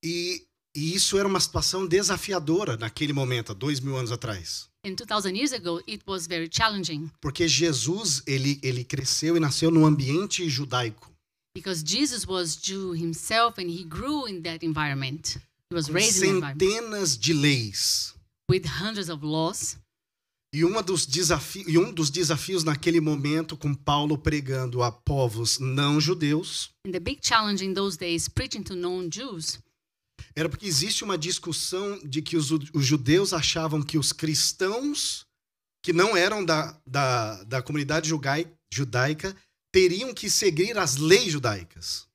E, e isso era uma situação desafiadora naquele momento, há dois mil anos atrás. In 2000 years ago, it was very challenging Porque Jesus, ele, ele cresceu e nasceu num ambiente judaico. because Jesus was Jew himself and he grew in that environment. He was com raised in that environment centenas de leis. with hundreds of laws. E, uma dos desafi- e um dos desafios naquele momento, com Paulo pregando a povos não judeus, And the big challenge in those days, preaching to non Jews, era porque existe uma discussão de que os, ju- os judeus achavam que os cristãos, que não eram da, da, da comunidade jugai- judaica, teriam que seguir as leis judaicas.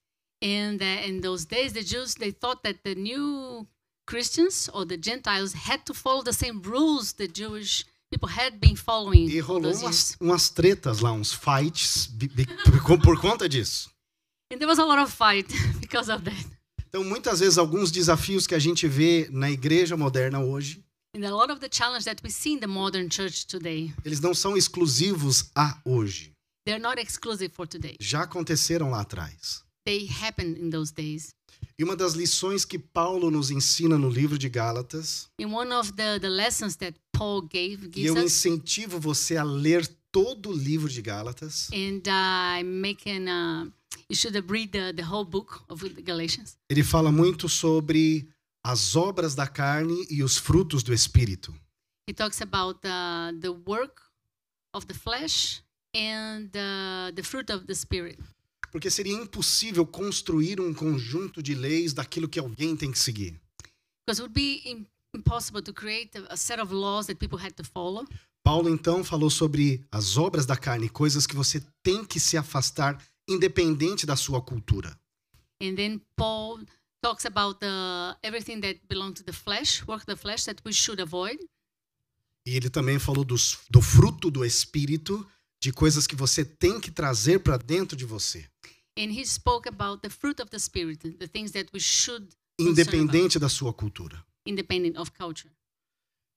And that in those days, the Jews they thought that the new Christians or the Gentiles had to follow the same rules the Jewish people had been following. E all rolou umas, those years. umas tretas lá, uns fights, bi- bi- por- por conta disso. And there was a lot of fight because of that. Então, muitas vezes, alguns desafios que a gente vê na igreja moderna hoje, And a lot of the challenge that we see in the modern church today, eles não são exclusivos a hoje. they're not exclusive for today. Já aconteceram lá atrás. They happened in those days. E uma das lições que Paulo nos ensina no livro de Gálatas, In one of the, the lessons that Paul gave e gives eu us, incentivo você a ler todo o livro de Gálatas, and uh, I'm making uh, you should have read the, the whole book of the Galatians. ele fala muito sobre as obras da carne e os frutos do espírito. He talks about uh, the work of the flesh and uh, the fruit of the spirit. Porque seria impossível construir um conjunto de leis daquilo que alguém tem que seguir. Because it would be im- impossible to create a, a set of laws that people had to follow. Paulo então falou sobre as obras da carne, coisas que você tem que se afastar independente da sua cultura. And then Paul talks about the, everything that belonged to the flesh, work of the flesh that we should avoid. E ele também falou dos, do fruto do espírito, de coisas que você tem que trazer para dentro de você, And he spoke about the fruit of the spirit, the things that we should, independente da sua cultura. independent of culture.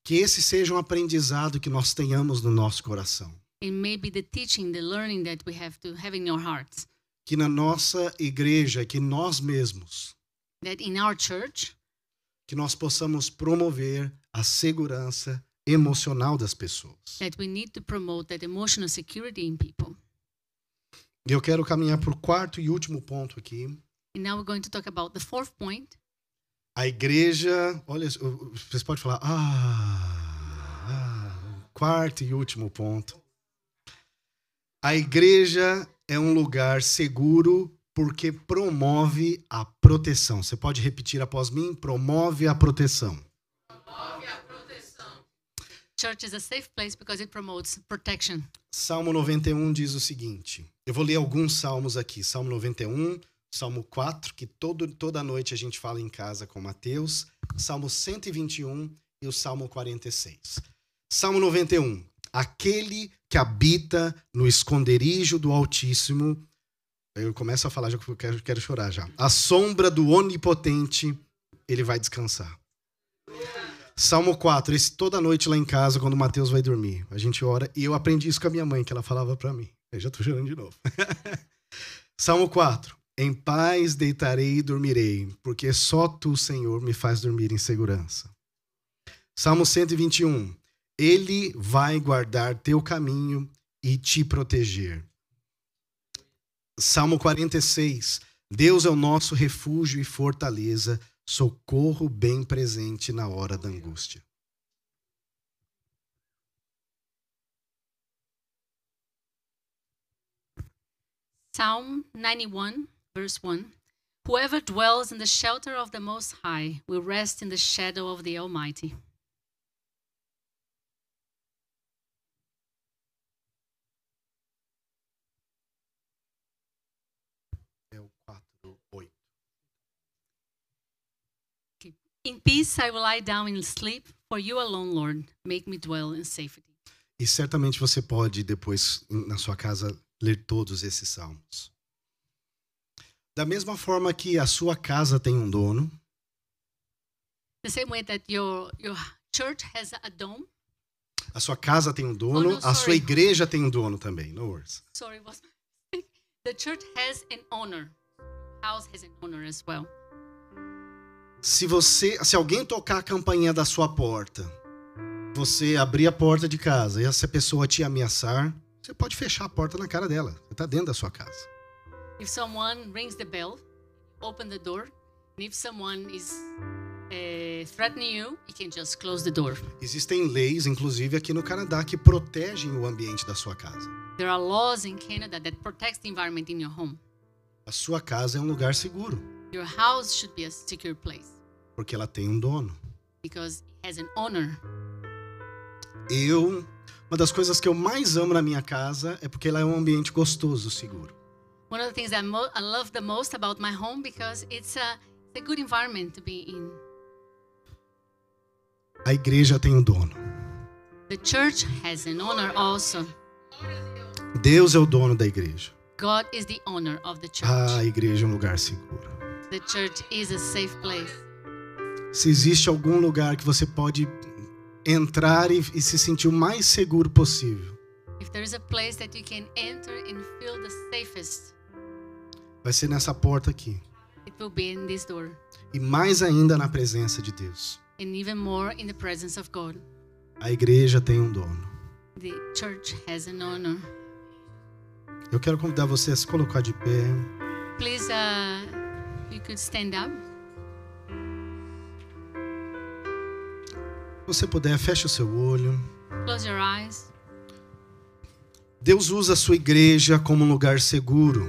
Que esse seja um aprendizado que nós tenhamos no nosso coração, And maybe the teaching, the learning that we have to have in our hearts. que na nossa igreja, que nós mesmos, That in our church, que nós possamos promover a segurança emocional das pessoas. that we need to promote that emotional security in people. E eu quero caminhar para o quarto e último ponto aqui. And now we're going to talk about the fourth point. A igreja, olha, o- o- vocês podem falar, ah, ah, quarto e último ponto. A igreja é um lugar seguro porque promove a proteção. Você pode repetir após mim? Promove a proteção. Church is a safe place because it promotes protection. Salmo 91 diz o seguinte: eu vou ler alguns salmos aqui. Salmo 91, Salmo 4, que todo, toda noite a gente fala em casa com Mateus, Salmo 121 e o Salmo 46. Salmo 91: Aquele que habita no esconderijo do Altíssimo. Eu começo a falar, já que eu quero, quero chorar já. A sombra do Onipotente, ele vai descansar. Salmo 4, esse toda noite lá em casa, quando o Mateus vai dormir, a gente ora. E eu aprendi isso com a minha mãe, que ela falava pra mim. Eu já tô chorando de novo. Salmo 4. Em paz deitarei e dormirei, porque só tu, Senhor, me faz dormir em segurança. Salmo 121. Ele vai guardar teu caminho e te proteger. Salmo 46. Deus é o nosso refúgio e fortaleza, socorro bem presente na hora da angústia. Psalm 91, verse 1. Whoever dwells in the shelter of the Most High will rest in the shadow of the Almighty. É o 4, 8. In peace I will lie down and sleep, for you alone, Lord, make me dwell in safety. E certamente você pode depois em- na sua casa ler todos esses salmos. Da mesma forma que a sua casa tem um dono, The same way that your, your church has a dome, A sua casa tem um dono, Oh, no, a sua sorry. igreja tem um dono também. No worries. Sorry, was the church has an owner. House has an owner as well. Se você, se alguém tocar a campainha da sua porta, você abrir a porta de casa e essa pessoa te ameaçar, você pode fechar a porta na cara dela. Você tá dentro da sua casa. If someone rings the bell, open the door. And if someone is uh, threatening you, you can just close the door. Existem leis, inclusive aqui no Canadá, que protegem o ambiente da sua casa. There are laws in Canada that protects the environment in your home. A sua casa é um lugar seguro, Your house should be a secure place porque ela tem um dono. because it has an owner. Eu, uma das coisas que eu mais amo na minha casa é porque ela é um ambiente gostoso, seguro. One of the things that mo- I love the most about my home because it's a, it's a good environment to be in. A igreja tem um dono. The church has an owner also. Deus é o dono da igreja. God is the owner of the church. Ah, a igreja é um lugar seguro. The church is a safe place. Se existe algum lugar que você pode entrar e, e se sentir o mais seguro possível, If there is a place that you can enter and feel the safest, vai ser nessa porta aqui. it will be in this door. E mais ainda na presença de Deus. And even more in the presence of God. A igreja tem um dono. The church has an owner. Eu quero convidar você a se colocar de pé. Please, uh, you could stand up. Se você puder, feche o seu olho. Close your eyes. Deus usa a sua igreja como um lugar seguro.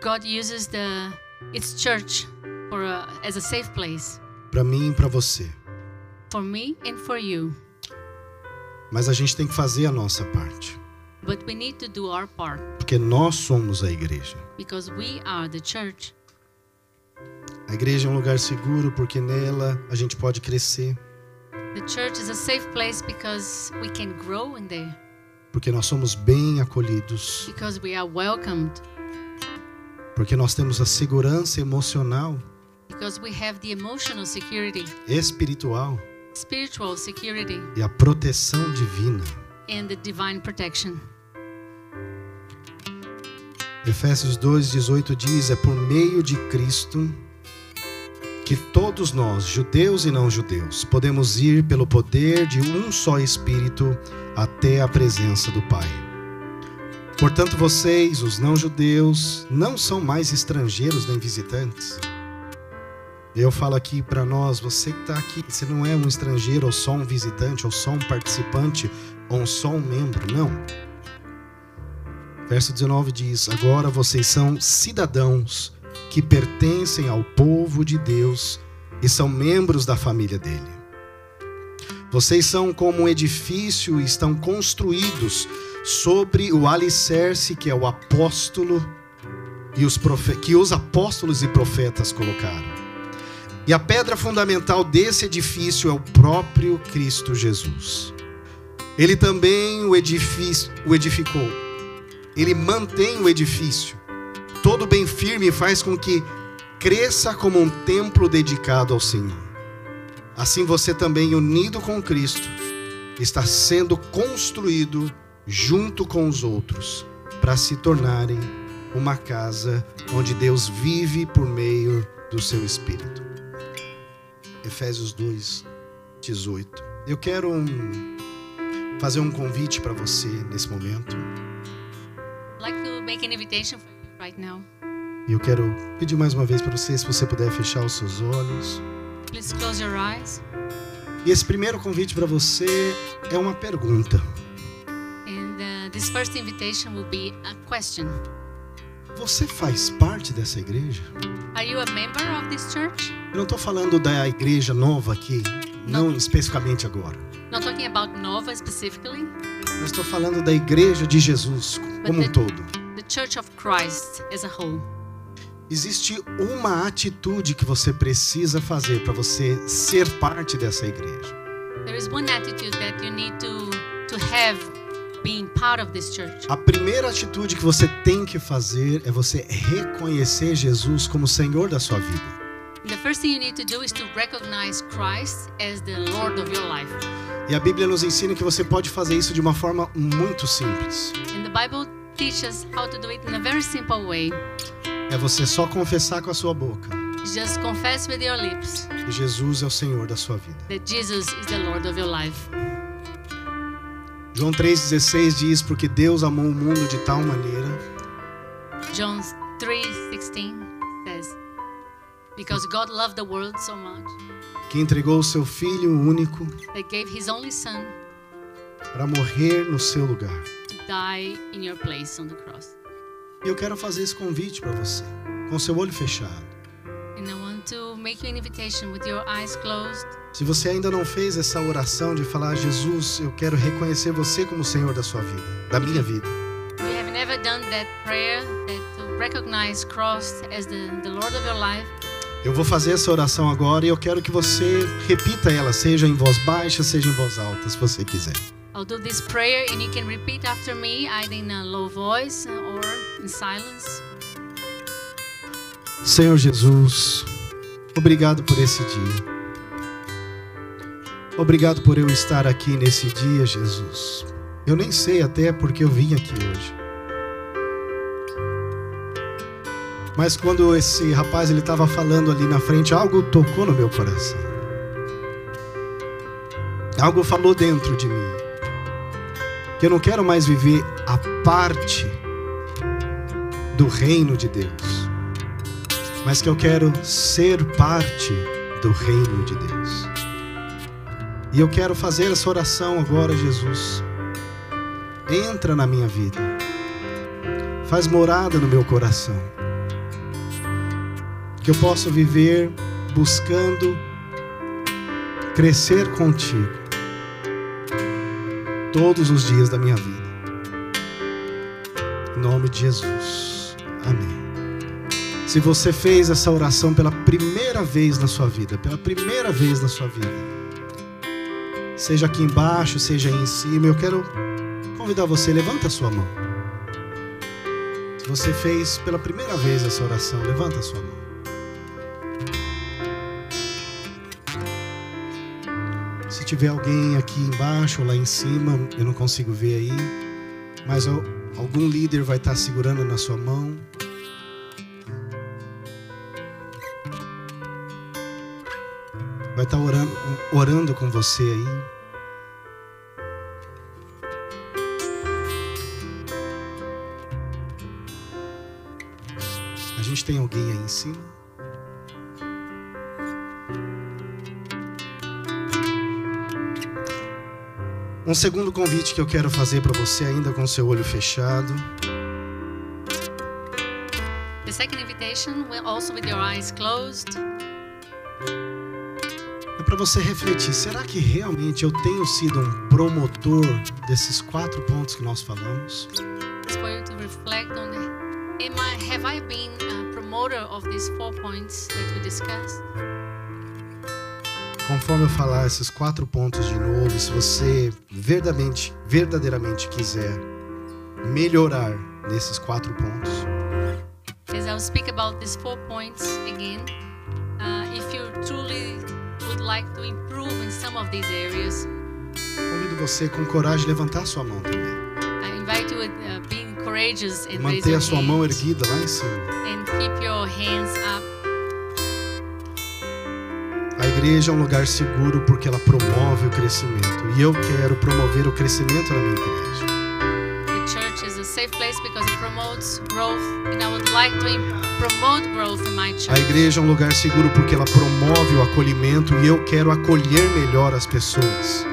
God uses the its church for a, as a safe place Para mim e para você. for me and for you. Mas a gente tem que fazer a nossa parte. But we need to do our part Porque nós somos a igreja. because we are the church. A igreja é um lugar seguro porque nela a gente pode crescer. The church is a safe place because we can grow in there, Porque nós somos bem acolhidos. because we are welcomed, Porque nós temos a segurança emocional, because we have the emotional security, espiritual spiritual security, e a proteção divina. and the divine protection. Efésios 2,18 diz: É por meio de Cristo que todos nós, judeus e não judeus, podemos ir pelo poder de um só Espírito até a presença do Pai. Portanto, vocês, os não judeus, não são mais estrangeiros nem visitantes. Eu falo aqui para nós, você que está aqui, você não é um estrangeiro ou só um visitante, ou só um participante, ou só um membro, não. Verso 19 diz: Agora vocês são cidadãos que pertencem ao povo de Deus e são membros da família dele. Vocês são como um edifício e estão construídos sobre o alicerce que é o apóstolo e os profe- que os apóstolos e profetas colocaram. E a pedra fundamental desse edifício é o próprio Cristo Jesus. Ele também o, edifi- o edificou ele mantém o edifício. Todo bem firme faz com que cresça como um templo dedicado ao Senhor. Assim você também, unido com Cristo, está sendo construído junto com os outros para se tornarem uma casa onde Deus vive por meio do seu Espírito. Efésios 2, 18. Eu quero hum, fazer um convite para você nesse momento. I'd like to make an invitation for you right now. E eu quero pedir mais uma vez para você, se você puder fechar os seus olhos. Please close your eyes. E esse primeiro convite para você é uma pergunta. And uh, this first invitation will be a question Você faz parte dessa igreja? Are you a member of this church? Eu não estou falando da igreja nova aqui, não, especificamente agora. Not talking about Nova specifically, Eu estou falando da igreja de Jesus como um the- todo. the Church of Christ as a whole. Existe uma atitude que você precisa fazer para você ser parte dessa igreja. There is one attitude that you need to to have being part of this church. A primeira atitude que você tem que fazer é você reconhecer Jesus como Senhor da sua vida. The first thing you need to do is to recognize Christ as the Lord of your life. E a Bíblia nos ensina que você pode fazer isso de uma forma muito simples. And the Bible teaches how to do it in a very simple way. É você só confessar com a sua boca Just confess with your lips que Jesus é o Senhor da sua vida. that Jesus is the Lord of your life. João 3,16 diz: Porque Deus amou o mundo de tal maneira John 3:16 says, "Because God loved the world so much que entregou o seu Filho único that gave his only son para morrer no seu lugar. to die in your place on the cross." E eu quero fazer esse convite para você, com seu olho fechado. And I want to make you an invitation with your eyes closed. Se você ainda não fez essa oração de falar, Jesus, eu quero reconhecer você como Senhor da sua vida, da minha vida. If you have never done that prayer that to recognize Christ as the, the Lord of your life, Eu vou fazer essa oração agora e eu quero que você repita ela, seja em voz baixa, seja em voz alta, se você quiser. I'll do this prayer and you can repeat after me either in a low voice or in silence. Senhor Jesus, obrigado por esse dia. Obrigado por eu estar aqui nesse dia, Jesus. Eu nem sei até porque eu vim aqui hoje. Mas quando esse rapaz ele estava falando ali na frente, algo tocou no meu coração. Algo falou dentro de mim. Que eu não quero mais viver a parte do reino de Deus mas que eu quero ser parte do reino de Deus. E eu quero fazer essa oração agora, Jesus. Entra na minha vida. Faz morada no meu coração. Que eu possa viver buscando crescer contigo todos os dias da minha vida. Em nome de Jesus. Amém. Se você fez essa oração pela primeira vez na sua vida, pela primeira vez na sua vida, seja aqui embaixo, seja aí em cima, eu quero convidar você, levanta a sua mão. Se você fez pela primeira vez essa oração, levanta a sua mão. Se tiver alguém aqui embaixo ou lá em cima, eu não consigo ver aí, mas al- algum líder vai estar segurando na sua mão. vai estar orando, orando com você aí. A gente tem alguém aí em cima? Um segundo convite que eu quero fazer para você ainda com seu olho fechado. The second invitation, will also with your eyes closed, é para você refletir: será que realmente eu tenho sido um promotor desses quatro pontos que nós falamos? is for you to reflect on am I, have I been a promoter of these four points that we discussed? Conforme eu falar esses quatro pontos de novo, se você verdadeiramente, verdadeiramente quiser melhorar nesses quatro pontos, As I'll speak about these four points again, uh, if you truly would like to improve in some of these areas, convido você com coragem a levantar sua mão também. I invite you to uh, being courageous and raise Manter your a sua mão hands erguida lá em cima. and keep your hands up. A igreja é um lugar seguro porque ela promove o crescimento. E eu quero promover o crescimento na minha igreja. The church is a safe place because it promotes growth, and I would like to im- promote growth in my A church. igreja é um lugar seguro porque ela promove o acolhimento e eu quero acolher melhor as pessoas.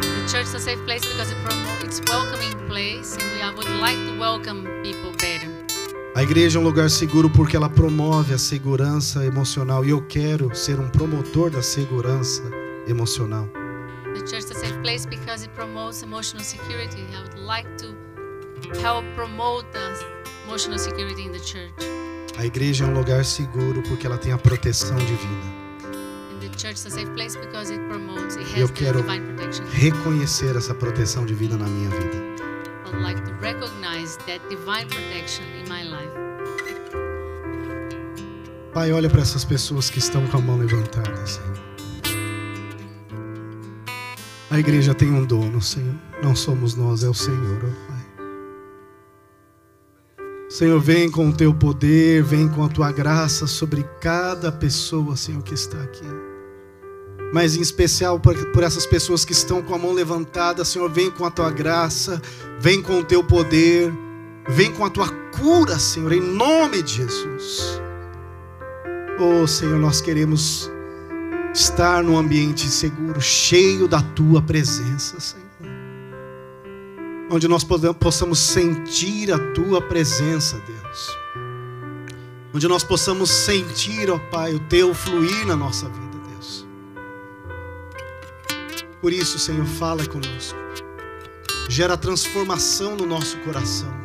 The church is a safe place because it promotes it's welcoming place, and we, I would like to welcome people better. A igreja é um lugar seguro porque ela promove a segurança emocional e eu quero ser um promotor da segurança emocional. The church is a safe place because it promotes emotional security. I would like to help promote the emotional security in the church. A igreja é um lugar seguro porque ela tem a proteção divina. And the church is a safe place because it promotes, it Eu has the quero divine protection. reconhecer essa proteção divina na minha vida. I would like to recognize that divine protection in my life. Pai, olha para essas pessoas que estão com a mão levantada, Senhor. A igreja tem um dono, Senhor. Não somos nós, é o Senhor, ó Pai. Senhor, vem com o teu poder, vem com a tua graça sobre cada pessoa, Senhor, que está aqui. Mas em especial por, por essas pessoas que estão com a mão levantada, Senhor, vem com a tua graça, vem com o teu poder, vem com a tua cura, Senhor, em nome de Jesus. Oh, Senhor, nós queremos estar num ambiente seguro, cheio da tua presença, Senhor. Onde nós possamos sentir a tua presença, Deus. Onde nós possamos sentir, ó Pai, o teu fluir na nossa vida, Deus. Por isso, Senhor, fala conosco. Gera transformação no nosso coração,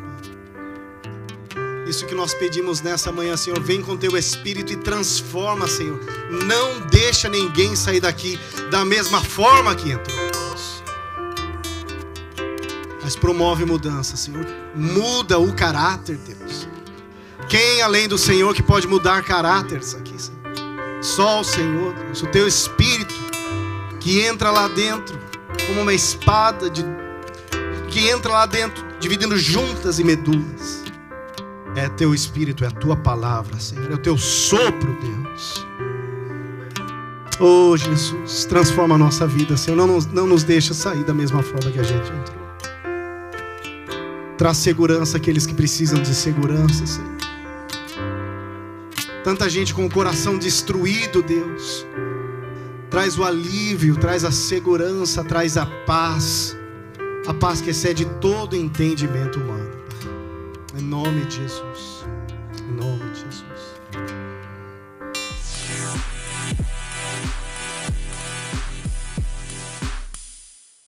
isso que nós pedimos nessa manhã, Senhor. Vem com teu espírito e transforma, Senhor. Não deixa ninguém sair daqui da mesma forma que entrou. Deus. Mas promove mudança, Senhor. Muda o caráter, Deus. Quem além do Senhor que pode mudar caráteres aqui, Senhor? Só o Senhor, Deus. O teu espírito que entra lá dentro como uma espada de... que entra lá dentro dividindo juntas e medulas. É teu espírito, é a tua palavra, Senhor. É o teu sopro, Deus. Oh, Jesus, transforma a nossa vida, Senhor. Não nos, não nos deixa sair da mesma forma que a gente entrou. Traz segurança àqueles que precisam de segurança, Senhor. Tanta gente com o coração destruído, Deus. Traz o alívio, traz a segurança, traz a paz. A paz que excede todo entendimento humano. Em nome de Jesus. Em nome de Jesus.